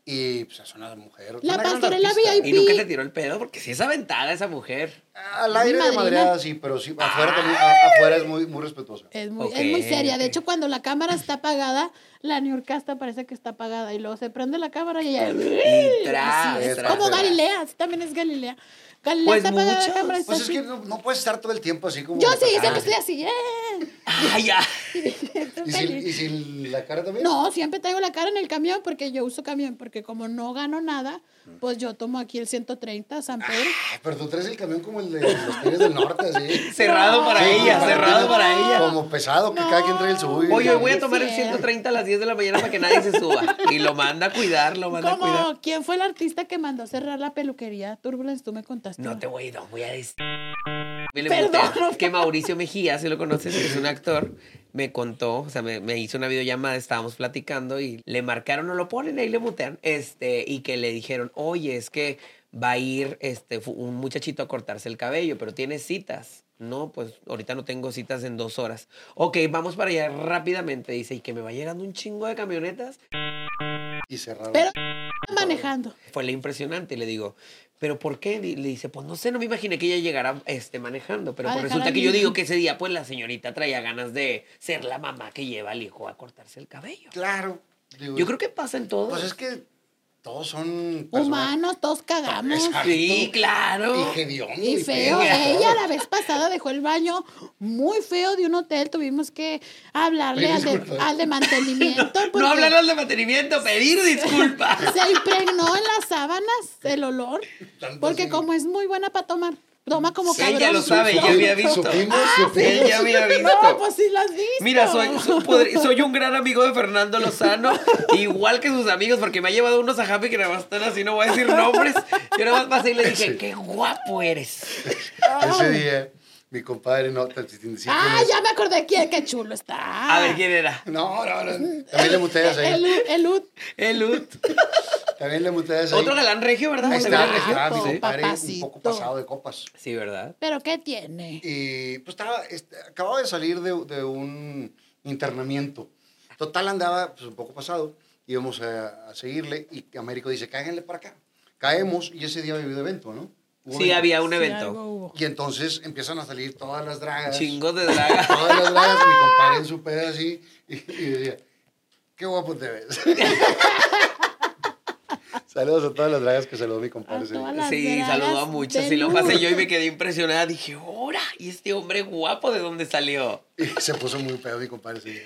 Y pues es una mujer.
La
una gran
pastorela
artista.
VIP.
Y nunca le tiró el pedo porque sí es aventada esa mujer.
Al aire
Mi
de
madrina.
madreada, sí, pero sí, afuera también, a- afuera es muy, muy respetuosa.
Es muy,
Ok,
es muy seria. De
ok.
hecho, cuando la cámara está apagada, la neurcasta parece que está apagada. Y luego se prende la cámara y ella.
Y tras,
Así es.
tras,
Como
tras.
Galilea, así también es Galilea. Galilea
Pues
está apagada
muchos.
la cámara. está
Pues es
así.
que no, no puedes estar todo el tiempo así como.
Yo sí, siempre
Ah,
estoy así. ¡eh!
Ay, ya.
Estoy
¿Y si,
feliz.
¿Y si la cara también?
No, siempre traigo la cara en el camión porque yo uso camión. Porque como no gano nada, pues yo tomo aquí el 130 San
Ah,
Pedro.
Ay, pero tú traes el camión como el de los tigres del norte, así.
Cerrado para
Sí,
ella,
como
cerrado
tiene-
para ella.
Como pesado, que cada quien trae el suyo.
Oye,
no
hoy voy a tomar el
quisiera.
130 a las 10 de la mañana para que nadie se suba. Y lo manda a cuidar, lo manda a cuidar.
Como, ¿quién fue el artista que mandó cerrar la peluquería? Turbulence, tú me contaste.
No te voy a ir, no voy a decir. Me le
Perdón.
mutea. Que Mauricio Mejía, si lo conoces, es un actor, me contó, o sea, me, me hizo una videollamada, estábamos platicando y le marcaron, no lo ponen, ahí le mutean, este, y que le dijeron, oye, es que va a ir este, fu- un muchachito a cortarse el cabello, pero tiene citas. No, pues ahorita no tengo citas en dos horas. Ok, vamos para allá rápidamente, dice, y que me va llegando un chingo de camionetas.
Y cerrado.
Pero manejando.
Fue la impresionante y le digo, ¿pero por qué? Di- Le dice, pues no sé, no me imaginé que ella llegara este, manejando, pero
A
pues
dejar
resulta
al
que yo
niño.
digo que ese día pues la señorita traía ganas de ser la mamá que lleva al hijo a cortarse el cabello.
Claro. digo,
Yo creo que pasa en todo.
Pues es que todos son.
Pues,
personas-
Humanos, todos cagamos.
Exacto.
sí, claro.
Y hediondo,
Oh, Y feo. eh.
feo.
Ella la vez pasada dejó el baño muy feo de un hotel. Tuvimos que hablarle
Ay,
al de,
disculpa.
al de mantenimiento. porque
No hablar al de mantenimiento, pedir disculpas.
Se impregnó en las sábanas el olor.
Tanto
Porque
así.
como es muy buena para tomar, toma como
Sí,
cabrón.
ya lo sabe, ya había visto.
Supimos, supimos.
Él ya había
No,
visto.
pues sí las viste.
Mira, soy,
Ah,
soy, podri- soy un gran amigo de Fernando Lozano, igual que sus amigos, porque me ha llevado unos a Happy que nada más están así, no voy a decir nombres. Yo nada más pasé y le dije, qué guapo eres.
Ese día, mi compadre no. te- te- te-
Oh. Ah,
tienes-
ya me acordé quién, qué chulo está.
A ver quién era.
No, no, no. También le muteas
El,
ahí.
el Ut.
El Ut.
También le muteas ahí.
Otro galán regio, ¿verdad?
Ahí
Se
está,
ve
ahí
regio.
está, mi
Guapo,
compadre, un
papacito.
poco pasado de copas.
Sí, ¿verdad?
¿Pero qué tiene?
Y pues estaba, este, acababa de salir de, de un internamiento. Total andaba pues, un poco pasado, íbamos a, a seguirle y Américo dice, cáiganle para acá. Caemos y ese día había habido evento, ¿no? Hubo
Sí,
evento.
había un
Sí,
evento.
algo hubo.
Y entonces empiezan a salir todas las dragas.
Chingos de draga.
Todas las dragas, mi compadre en su pedo así y, y decía, qué guapo te ves. Saludos a todas las dragas que saludó mi compadre.
A
ese
todas
día.
las
Sí,
dragas
saludó a muchas.
del
Sí, lo pasé yo y
mundo.
me quedé impresionada. Dije, ¡hora! ¿Y este hombre guapo de dónde salió?
Y se puso muy pedo mi compadre. ese día.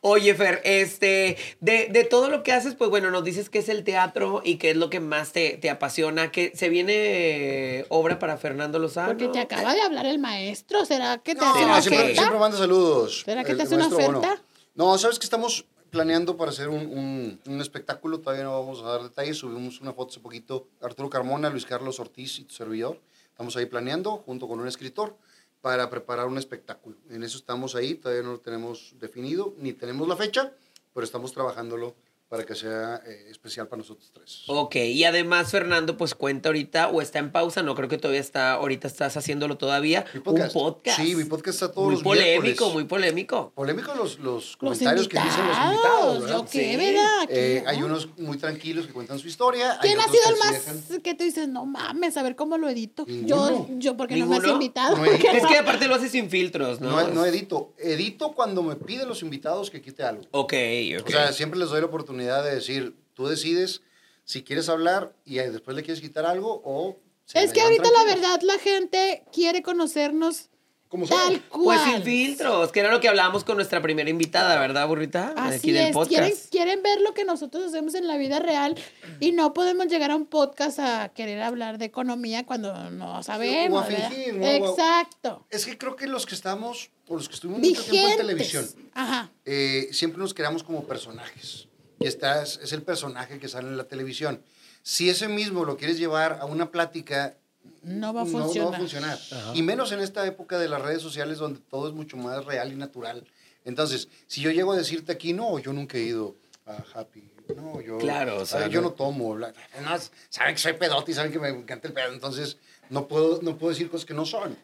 Oye, Fer, este, de, de todo lo que haces, pues bueno, nos dices que es el teatro y que es lo que más te, te apasiona, que se viene eh, obra para Fernando Lozano.
Porque te acaba de hablar el maestro. ¿Será que te
No,
hace una
siempre,
oferta?
siempre manda saludos.
¿Será que
El
te hace una
maestro Bono.
oferta?
No, sabes que estamos planeando para hacer un, un- un espectáculo, todavía no vamos a dar detalles, subimos una foto hace poquito, Arturo Carmona, Luis Carlos Ortiz y tu servidor, estamos ahí planeando junto con un escritor para preparar un espectáculo. En eso estamos ahí, todavía no lo tenemos definido, ni tenemos la fecha, pero estamos trabajándolo para que sea eh, especial para nosotros tres.
Ok, y además Fernando pues cuenta ahorita o está en pausa, no creo que todavía está, ahorita estás haciéndolo todavía.
Mi podcast.
Un podcast.
Sí, mi podcast está todos
Muy
los
polémico,
miércoles.
muy polémico.
Polémicos los, los
Los
comentarios que dicen los invitados. ¿verdad?
Yo qué,
Sí.
¿verdad?
Eh,
Ah, ¿Qué?
hay unos muy tranquilos que cuentan su historia. hay
¿Quién ha
otros
sido
que
el
se
más
dejan.
que tú dices, no mames, a ver cómo lo edito? Yo,
Ninguno.
yo porque no me has
¿Ninguno?
invitado.
No he
porque
Es
no.
que aparte lo hace sin filtros, ¿no?
No, no edito. Edito cuando me piden los invitados que quite algo.
Ok, ok.
O sea, siempre les doy la oportunidad de decir, tú decides si quieres hablar y eh, después le quieres quitar algo o... se
Es
la
que
llevan
ahorita la
tranquilos.
verdad la gente quiere conocernos
Como
tal
son.
cual.
Pues sin filtros, que era lo que hablábamos con nuestra primera invitada, ¿verdad, burrita?
Así es, quieren, quieren ver lo que nosotros hacemos en la vida real y no podemos llegar a un podcast a querer hablar de economía cuando no sabemos. ¿verdad?
fingir, ¿no? O a-
Exacto.
Es que creo que los que estamos, o los que estuvimos mucho tiempo en televisión,
Vigentes. Ajá.
eh, siempre nos creamos como personajes. Y estás, es el personaje que sale en la televisión. Si ese mismo lo quieres llevar a una plática,
No va a
no,
funcionar.
va a funcionar. Y menos en esta época de las redes sociales donde todo es mucho más real y natural. Entonces, si yo llego a decirte aquí, no, yo nunca he ido a Happy. No, yo,
Claro, o sea,
ay, yo
no-
no tomo. bla, bla. Además, saben que soy pedote y saben que me encanta el pedo. Entonces, no puedo, no puedo decir cosas que no son.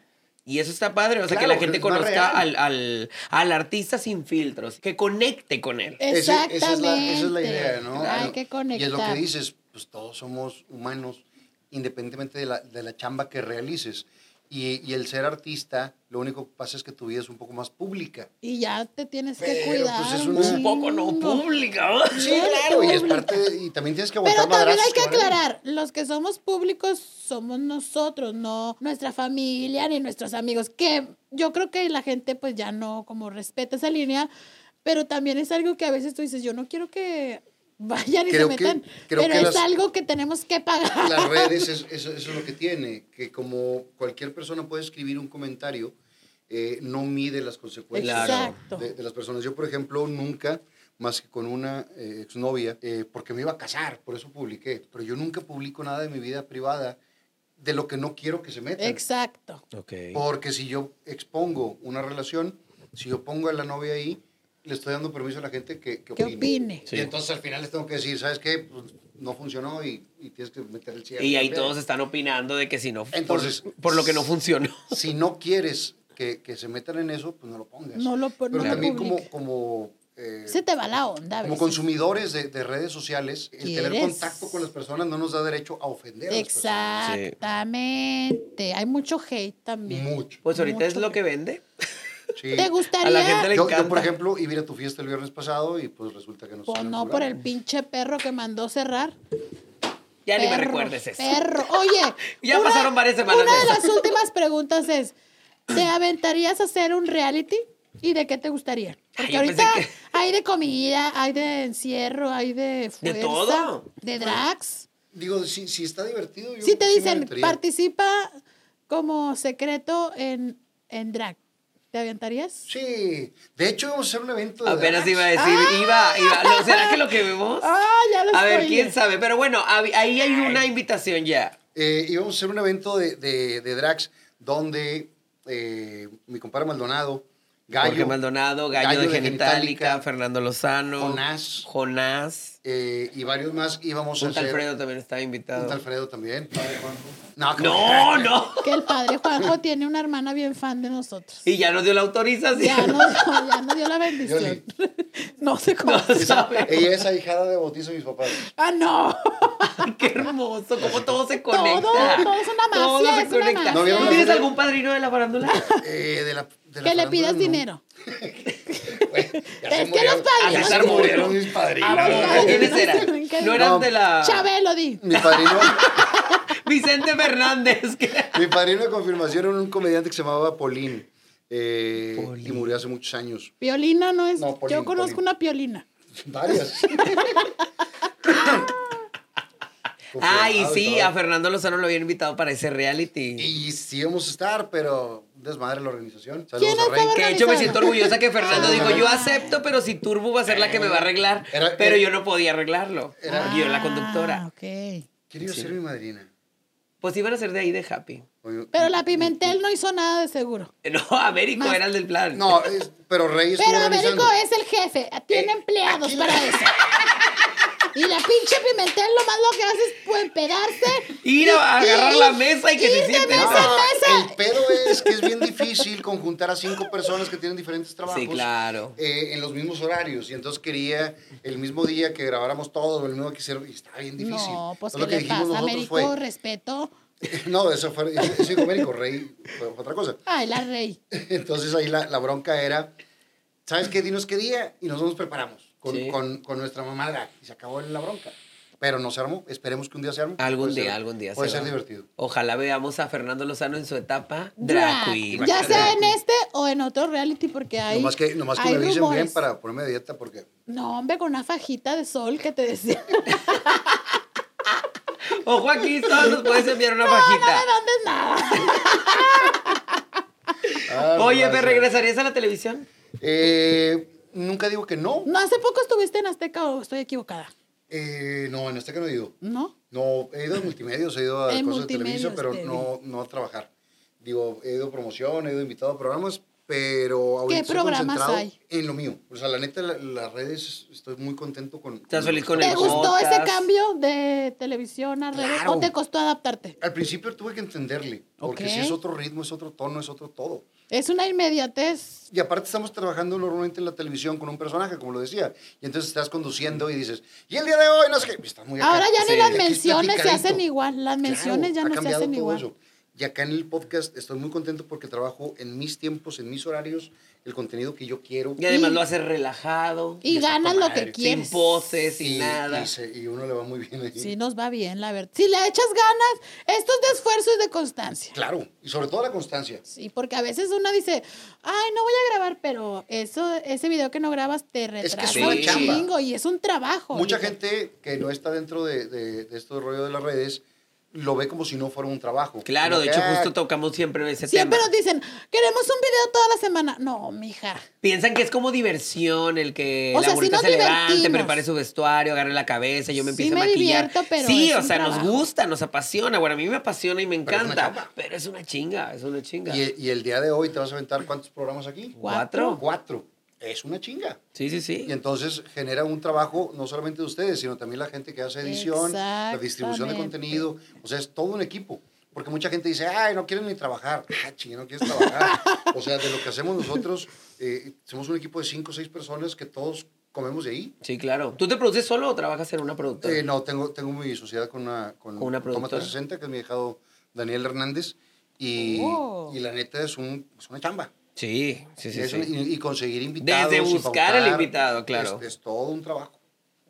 Y eso está padre, o sea, que
Claro,
la gente
pero es más
conozca al,
real.
al, al artista sin filtros, que conecte con él.
Ese- esa es la-
Exactamente.
Esa es la, idea, ¿no?
Hay que conectar.
Y es lo que dices, pues todos somos humanos, independientemente de la, de la chamba que realices. Y, y el ser artista, lo único que pasa es que tu vida es un poco más pública.
Y ya te tienes que
Pero,
cuidar.
pues, es
Un poco no
chingo.
pública.
Sí, claro, y es parte de- y también tienes que ¿eh? aguantar
Pero también
madrazos
hay que
van a venir.
aclarar, los que somos públicos somos nosotros, no nuestra familia ni nuestros amigos, que yo creo que la gente pues ya no como respeta esa línea, pero también es algo que a veces tú dices, yo no quiero que vayan y
Creo
se
que-
metan,
creo
pero
que
es
las-
algo que tenemos que pagar.
Las redes, es- eso, eso es lo que tiene, que como cualquier persona puede escribir un comentario, eh, no mide las consecuencias
Exacto.
de, de las personas. Yo, por ejemplo, nunca, más que con una eh, exnovia, eh, porque me iba a casar, por eso publiqué, pero yo nunca publico nada de mi vida privada de lo que no quiero que se metan.
Exacto.
Ok.
Porque si yo expongo una relación, si yo pongo a la novia ahí, le estoy dando permiso a la gente que, que
Que opine.
Y entonces al final les tengo que decir, ¿sabes qué? Pues, no funcionó y, y tienes que meter el cierre.
Y ahí todos están opinando de que si no, por-
Entonces-
por, lo que no funcionó.
Si no quieres que, que se metan en eso, pues no lo pongas.
No lo pon-
Pero
no lo
también
publiques.
como, como, eh,
Se te va la onda. a
como
veces.
consumidores de, de redes sociales, el tener
¿Quieres?
contacto con las personas no nos da derecho a ofender a las personas.
Exactamente. Hay mucho hate también.
Mucho.
Pues ahorita es
Mucho
lo que vende.
Sí.
¿Te gustaría? Pues,
A la gente le
Yo,
encanta.
yo, por ejlo, iba a ir a tu fiesta el viernes pasado y pues resulta que no
Pues
se
no por el pinche perro que mandó cerrar.
ya ni me
Perro,
recuerdes eso.
Perro. Oye.
Ya pasaron varias semanas
Una
de
de
eso.
las últimas preguntas es: ¿te aventarías a hacer un reality? ¿Y de qué te gustaría?
Ay,
Porque
yo pensé
ahorita
que-
hay de comida, hay de encierro, hay de fuerza,
todo.
de drags.
Digo, si, si está divertido. Yo
Si te
sí me
dicen,
aventaría.
participa como secreto en, en drag, ¿te aventarías?
Sí. De hecho, vamos a hacer un evento de.
Apenas
drags.
iba a decir, iba, iba. ¿No será que lo que vemos?
Ah, ya lo
A ver,
spoileé.
quién sabe. Pero bueno, hab- ahí hay una invitación ya.
Eh, íbamos a hacer un evento de, de, de drags donde eh, mi compadre Maldonado, Gallo.
Jorge Maldonado, Gallo, de, Genitalica, Fernando Lozano,
Jonás.
Jonás.
eh, y varios más íbamos a
Un
hacer.
tal Fredo también estaba invitado.
Un tal Fredo también. No,
No, no.
Que el padre Juanjo tiene una hermana bien fan de nosotros.
Y ya nos dio la autorización.
Ya nos, ya nos dio la bendición. No sé cómo.
Esa- ella es ahijada de bautizo de mis papás.
¡Ah, no!
Qué hermoso, como todo se
Todo,
conecta.
todo es una
Todo se
mafia, es una
conecta.
mafia.
¿No vieron
¿Tú
la
tienes
serie?
algún padrino de la farándula?
Eh, de la, de la
Que le
farándula,
pidas
no.
dinero.
Güey, ya se
Es que
murieron-
los padrinos-
ya se
César
murieron
murió.
mis padrinos.
Ah, bueno,
güey.
¿Quiénes
no,
eran?
¿qué?
No eran
No.
de la.
Chabelo, di.
Mi padrino,
Vicente Fernández. que-
mi padrino de confirmación era un comediante que se llamaba Polín. eh, y murió hace muchos años.
Piolina no es.
No, Polín,
yo conozco
Polín.
una piolina.
Varias.
Ay, sí, a
a
Fernando Lozano lo habían invitado para ese reality.
Y sí íbamos a estar, pero desmadre la organización. Saludos
¿Quién
a Rey.
estaba
Que de hecho me
organizado.
siento orgullosa que Fernando
Ah.
dijo, yo acepto, pero si Turbo va a ser la que me va a arreglar.
Era-
pero
era-
yo no podía arreglarlo.
Era-
Y yo la
Ah,
conductora.
ok.
¿Quién iba a ser mi madrina?
Pues iban a ser de ahí de Happy.
Oye,
Pero la Pimentel no hizo nada de seguro.
No, Américo era el del plan.
No, es- pero Rey estuvo
Pero
organizando.
Américo es el jefe, tiene
Eh,
empleados
aquí la-
para eso. Y la pinche Pimentel lo más lo que hace es pues, empedarse.
Ir a agarrar la mesa y que se
ir de
sienten.
mesa
No,
en mesa.
el pedo es que es bien difícil conjuntar a cinco personas que tienen diferentes trabajos
Sí, claro.
eh, en los mismos horarios. Y entonces quería el mismo día que grabáramos todos, o el mismo que hicieron, y estaba bien difícil.
No, pues
Entonces,
¿qué le pasa? Américo,
fue...
respeto.
No, eso fue, eso, eso dijo Américo, Rey fue otra cosa.
Ay, la rey.
Entonces ahí la, la bronca era, ¿sabes qué? Dinos qué día y nosotros nos preparamos con,
Sí.
con- con nuestra mamada. Y se acabó la bronca. Pero no se armó. Esperemos que un día se arme.
Algún
Puede
día,
ser-
algún día.
Puede
se
ser
va.
divertido.
Ojalá veamos a Fernando Lozano en su etapa
Drag.
drag queen.
Ya
Drag
sea en
queen.
este o en otro reality, porque hay.
nomás que, nomás que
hay
me avisen bien
rumores.
para ponerme a dieta porque...
No, hombre, con una fajita de sol que te decía.
Ojo aquí, todos nos puedes enviar una
No, no
pajita.
me mandes nada.
Ah,
Oye,
no,
¿me
sí.
regresarías a la televisión?
Eh, nunca digo que no.
No, hace poco estuviste en Azteca o estoy equivocada.
Eh, no, en este que no he ido.
¿No?
No, he ido a multimedios, he ido a
En
cosas de televisión,
multimedios
pero
te vi.
no, no a trabajar. Digo, he ido a promoción, he ido invitado a programas, pero ahorita
¿Qué
estoy
programas
concentrado
hay?
en lo mío. O sea, la neta, la- las redes, estoy muy contento con...
¿Estás
lo que
feliz
está
con
¿Te
el
pasando.
gustó ese
podcast.
cambio de televisión a redes
Claro.
o te costó adaptarte?
Al principio tuve que entenderle, porque
Ok.
si es otro ritmo, es otro tono, es otro todo.
Es una inmediatez.
Y aparte estamos trabajando normalmente en la televisión con un personaje, como lo decía. Y entonces estás conduciendo y dices, y el día de hoy, no sé qué. Estás muy acá.
Ahora ya
sí,
ni las
aquí es
menciones se
platicadito.
hacen igual. Las menciones
Claro, ha
ya no se
cambiado
hacen
todo
igual.
eso. Y acá en el podcast estoy muy contento porque trabajo en mis tiempos, en mis horarios, el contenido que yo quiero.
Y además
Y-
lo haces relajado.
Y
Ya está
ganas
con
lo
madre.
que
Sin
Sin
quieres.
poses, sin
Y-
nada.
Y, se- y uno le va muy bien ahí.
Sí, nos va bien, la verdad. Si le echas ganas, esto es de esfuerzo y de constancia.
Claro, y sobre todo la constancia.
Sí, porque a veces una dice, ay, no voy a grabar, pero eso, ese video que no grabas te
que es
retrasa
una
un
chamba.
chingo y es un trabajo.
Mucha
Digo,
gente que no está dentro de, de, de este rollo de las redes lo ve como si no fuera un trabajo.
Claro,
Como
de
que,
hecho
ah,
justo tocamos siempre ese
Siempre
tema.
nos dicen, queremos un video toda la semana. No, mija.
Piensan que es como diversión el que
O
la
sea, sí
bonita
nos
se levante,
divertimos.
prepare su vestuario, agarre la cabeza, yo me
Sí
empiezo a
me
maquillar.
divierto, pero
sí,
es
o
un
sea, nos
trabajo.
gusta, nos apasiona. Bueno, a mí me apasiona y me
Pero es una
encanta.
chamba.
Pero es una chinga, es una chinga.
"Ah, Y, y el día de hoy te vas a aventar cuántos programas aquí?
¿Cuatro?
Cuatro. Es una chinga.
Sí, sí, sí.
Y entonces genera un trabajo no solamente de ustedes, sino también la gente que hace edición, la distribución de
Exactamente.
contenido. O sea, es todo un equipo. Porque mucha gente dice, ay, no quieren ni trabajar. Ah, chingue, no quieres trabajar. o sea, de lo que hacemos nosotros, eh, somos un equipo de cinco o seis personas que todos comemos de ahí.
Sí, claro. ¿Tú te produces solo o trabajas en una productora?
Eh, no, tengo, tengo mi sociedad con una, con,
¿Con una
Toma
productora?
360, que es mi dejado Daniel Hernández. Y,
Oh.
y la neta es, un, es una chamba.
Sí, sí, sí.
Es
sí.
un- y, y conseguir invitados. y
buscar al
pautar,
invitado, claro.
Es, es todo un trabajo.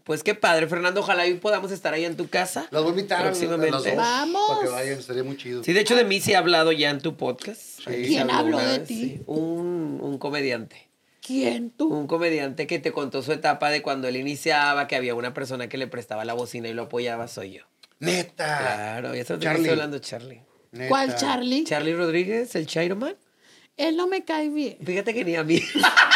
Pues qué padre, Fernando. Ojalá hoy podamos estar ahí en tu casa.
Las voy a invitar a- a las
Próximamente.
dos,
Vamos.
Para que vayan, estaría muy chido.
Sí, de hecho, de mí se ha hablado ya en tu podcast.
Sí.
¿Quién
Sí,
habló
alguna
de
vez,
ti?
sí. Un, un comediante.
¿Quién tú?
Un comediante que te contó su etapa de cuando él iniciaba, que había una persona que le prestaba la bocina y lo apoyaba, soy yo.
Neta.
Claro, ya sabes de qué
Ah, Charlie.
estoy hablando, Charlie.
Neta.
¿Cuál Charlie?
Charlie Rodríguez, el Chiroman.
Él no me cae bien.
Fíjate que ni a mí.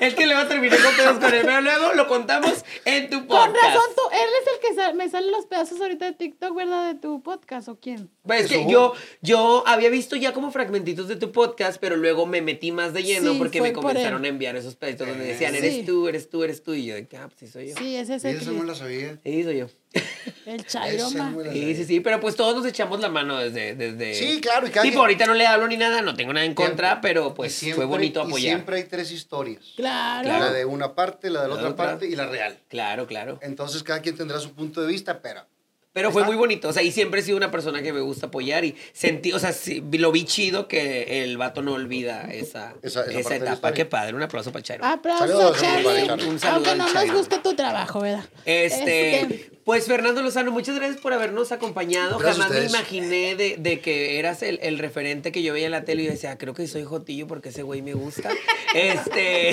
es que le va a terminar con pedos con él, pero luego lo contamos en tu podcast.
Con razón, tú, él es el que sa- me salen los pedazos ahorita de TikTok, ¿verdad? De tu podcast o quién.
Pues es que
Eso.
yo, yo había visto ya como fragmentitos de tu podcast, pero luego me metí más de lleno
Sí,
porque
fue
me
por
comenzaron
él.
a enviar esos peditos donde
Eh.
decían,
Sí.
eres tú, eres tú, eres tú. Y yo, de que, ah, pues sí soy yo. Sí,
Sí, ese es
Mira,
el,
esa no me
clip.
la sabía.
soy yo.
el
Esa
Chairoma.
no me la
Sí,
sabía.
sí, sí. Pero pues todos nos echamos la mano desde. desde...
Sí, claro, y cada
Tipo,
quien-
ahorita no le hablo ni nada, no tengo nada en contra,
Siempre.
pero
Y
pues
siempre-
fue bonito
y
apoyar.
siempre hay tres historias.
Claro.
Claro.
La de una parte, la de
La
la, otra,
otra.
parte y la real.
Claro, claro.
Entonces cada quien tendrá su punto de vista, pero
Pero fue muy bonito, o sea, y siempre he sido una persona que me gusta apoyar y sentí, o sea, sí, lo vi chido que el vato no olvida esa,
Esa-
esa,
esa parte de la
etapa.
historia.
Qué padre, un aplauso para Chairo.
Aplausos,
Saludos,
Charlie.
compadre, Charlie.
Un saludo
Aunque
al
no nos
Chairo.
guste tu trabajo, ¿verdad?
Este, Pues Fernando Lozano, muchas gracias por habernos acompañado.
Gracias a
Jamás me
ustedes.
imaginé de, de que eras el, el referente que yo veía en la tele y yo decía, creo que soy Jotillo porque ese güey me gusta. Este.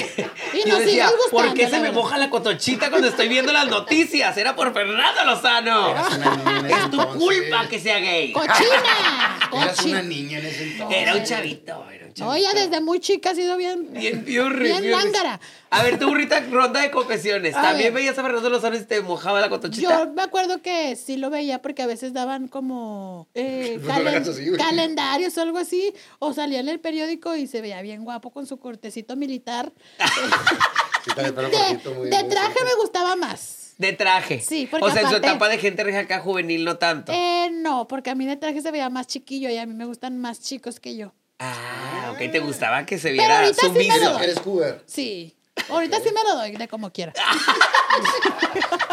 Y
yo
nos
decía,
sigues
¿por
gustando,
qué
la
se me
verdad".
moja la cotochita cuando estoy viendo las noticias? Era por Fernando Lozano.
Eras una niña en ese
Es tu
entonces.
culpa que sea gay.
¡Cochina!
Eras una
¡Cochina!
niña en ese entonces.
Era un chavito, era un chavito.
No, ella desde muy chica ha sido bien.
Bien piurri.
Bien
piurri.
lángara.
A ver, tu burrita, ronda de confesiones.
A
También
ver.
veías a Fernando Lozano y te mojaba la cotochita.
Yo me acuerdo que sí lo veía porque a veces daban como eh,
No lo hagas así, güey.
calendarios o algo así, o salía en el periódico y se veía bien guapo con su cortecito militar.
Sí, también, pero
De,
cortito, muy-
de
muy
traje
corto.
me gustaba más.
De traje.
Sí, porque
O sea, en su
aparte-
etapa de gente reja acá juvenil, no tanto.
Eh, no, porque a mí de traje se veía más chiquillo y a mí me gustan más chicos que yo.
Ah, ok, te gustaba que se
Pero
viera
ahorita sí me
sumiso.
lo doy.
Eres cougar.
Sí. Ahorita sí me lo doy de como quiera.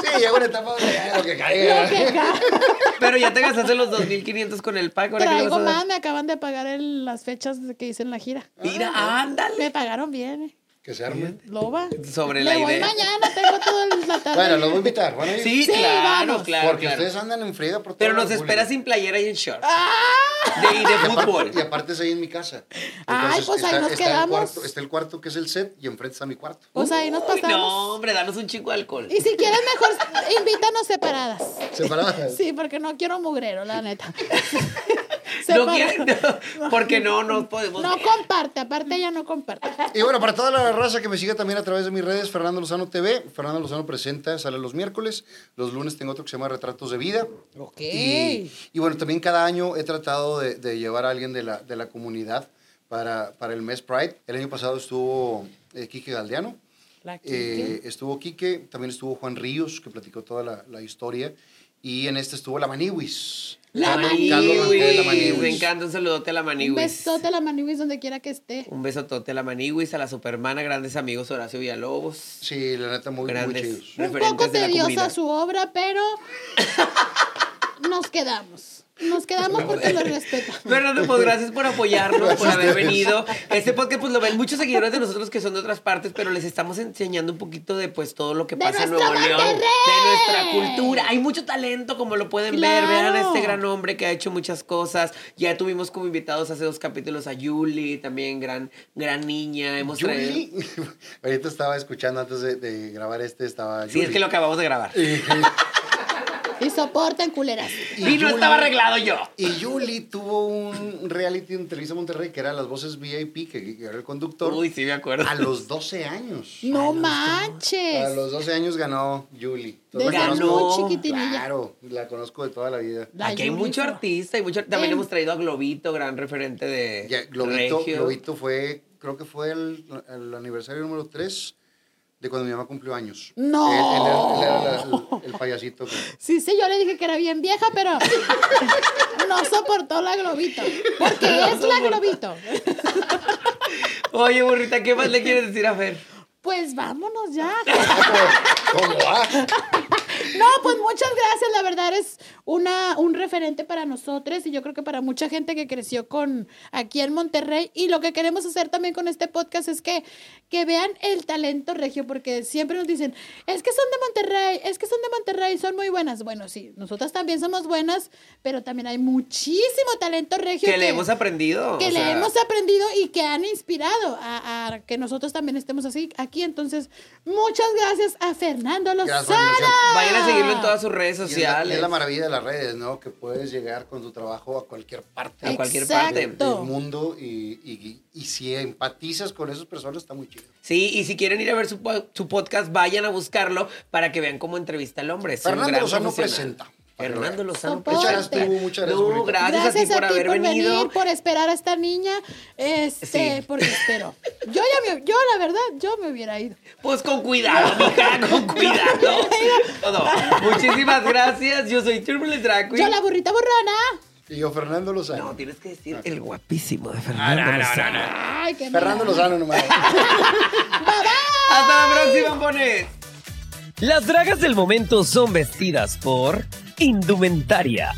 Sí, llegó una etapa donde ya, lo que caiga.
Lo que ca-
Pero ya te gastaste los 2.500 con el pack. ¿ahora qué le
Traigo
vas a dar?
más, me acaban de pagar el- las fechas de que hice en la gira. Ah.
Mira, ándale.
Me pagaron bien, eh.
Que se arme.
Loba.
Sobre
Le
la
voy
idea.
mañana, tengo toda la tarde.
Bueno, los voy a invitar. ¿Van a ir?
Sí,
Sí,
claro,
vamos.
claro.
Porque
claro.
ustedes andan en friega por todo
Pero
el
nos
público.
espera sin playera y en short.
¡Ah!
De, y de fútbol.
Y aparte es ahí en mi casa.
Ay, pues ahí nos
El
quedamos.
cuarto, está el cuarto que es el set y enfrente está mi cuarto.
Pues ahí nos
Uy, no,
pasamos.
hombre, danos un chingo de alcohol.
Y si quieres, mejor invítanos separadas.
Separadas.
Sí, porque no quiero mugrero, la neta.
No
Separadas.
quieren, no, porque no, no podemos.
No comparte, aparte ella no comparte.
Y bueno, para toda la raza que me sigue también a través de mis redes, Fernando Lozano TV. Fernando Lozano presenta, sale los miércoles. Los lunes tengo otro que se llama Retratos de Vida.
Ok.
Y, y bueno, también cada año he tratado de, de llevar a alguien de la, de la comunidad para, para el mes Pride. El año pasado estuvo eh, Quique Galdeano.
La
Eh,
Quique.
estuvo Quique, también estuvo Juan Ríos, que platicó toda la, la historia. Y en este estuvo la Maniwis.
La
Maniwis,
Maniwis.
La Maniwis. Me encanta un saludote a la Maniwis.
Un besote a la Maniwis donde quiera que esté.
Un besotote a la Maniwis, a la Supermana, grandes amigos Horacio Villalobos.
Sí, la neta, muy, muy
grandes
chidos.
Un
referentes
poco
de la
tediosa
comunidad.
su obra, pero nos quedamos. Nos quedamos porque lo respetan.
Fernando, pues gracias por apoyarnos, por haber venido. Este podcast pues lo ven muchos seguidores de nosotros que son de otras partes, pero les estamos enseñando un poquito de pues todo lo que
De
pasa en
nuestro
Nuevo León, de nuestra
Monterrey.
cultura. Hay mucho talento, como lo pueden ver.
Claro.
Vean a este gran hombre que ha hecho muchas cosas. Ya tuvimos como invitados hace dos capítulos a Yuli, también gran gran niña. Hemos traído.
Yuli, ahorita estaba escuchando antes de, de grabar este, estaba
Sí, es
Yuli.
que lo acabamos de grabar.
Y soportan culeras.
Y, no
Yuli-
estaba arreglado yo.
Y Yuli tuvo un reality en Televisa Monterrey que era las voces VIP, que, que era el conductor,
Uy, sí me acuerdo.
a los 12 años.
No manches.
A los 12 años ganó Yuli. Entonces,
Desde
la
Ganó.
conozco-
muy chiquitinilla.
Claro, la conozco de toda la vida.
La
Aquí hay
Yuli
mucho
fue-
artista y mucho también
Ven.
hemos traído a Globito, gran referente de
Ya, Globito,
Regio.
Globito fue, creo que fue el, el aniversario número 3 de cuando mi mamá cumplió años.
¡No!
Él, él era- él era la- el, el payasito. que-
Sí, sí, yo le dije que era bien vieja, pero no soportó la globito. Porque
No
es la
soportó.
globito.
Oye, burrita, ¿qué más le quieres decir a Fer?
Pues vámonos ya.
¿Cómo va?
No, pues muchas gracias. La verdad es una, un referente para nosotros y yo creo que para mucha gente que creció con aquí en Monterrey. Y lo que queremos hacer también con este podcast es que, que vean el talento regio, porque siempre nos dicen, es que son de Monterrey, es que son de Monterrey, son muy buenas. Bueno, sí, nosotras también somos buenas, pero también hay muchísimo talento regio.
Que le hemos aprendido.
que
o
le
sea,
hemos aprendido y que han inspirado a, a que nosotros también estemos así aquí. Entonces, muchas gracias a Fernando Lozano.
Gracias, Fernando.
Vayan a
Ah.
seguirlo en todas sus redes
Y es, la, y
sociales.
es la maravilla de las redes, ¿no? Que puedes llegar con tu trabajo a cualquier parte
A cualquier
del,
parte.
Exacto.
del mundo y, y- y si empatizas con esas personas está muy chido.
Sí, y si quieren ir a ver su, po- su podcast, vayan a buscarlo para que vean cómo entrevista al hombre. Es un
Fernando
gran
Lozano
profesional.
presenta.
Fernando Lozano
Soporte.
presenta.
Muchas gracias, tú, muchas gracias,
No,
burrita.
gracias, a ti por haber venido.
venir, por esperar a esta niña. Este,
Sí.
porque espero. Yo ya me, yo la verdad, yo me hubiera ido.
Pues con cuidado, mija, con cuidado. Todo. Muchísimas gracias. Yo soy Turbulent Drag Queen.
Yo la burrita borrona.
Y yo, Fernando Lozano.
No, tienes que decir el guapísimo de
Ah,
Fernando
no, no,
Lozano.
no, no.
Ay, qué
Fernando
mala.
Lozano nomás.
Hasta la próxima, pones.
Las dragas del momento son vestidas por Indumentaria.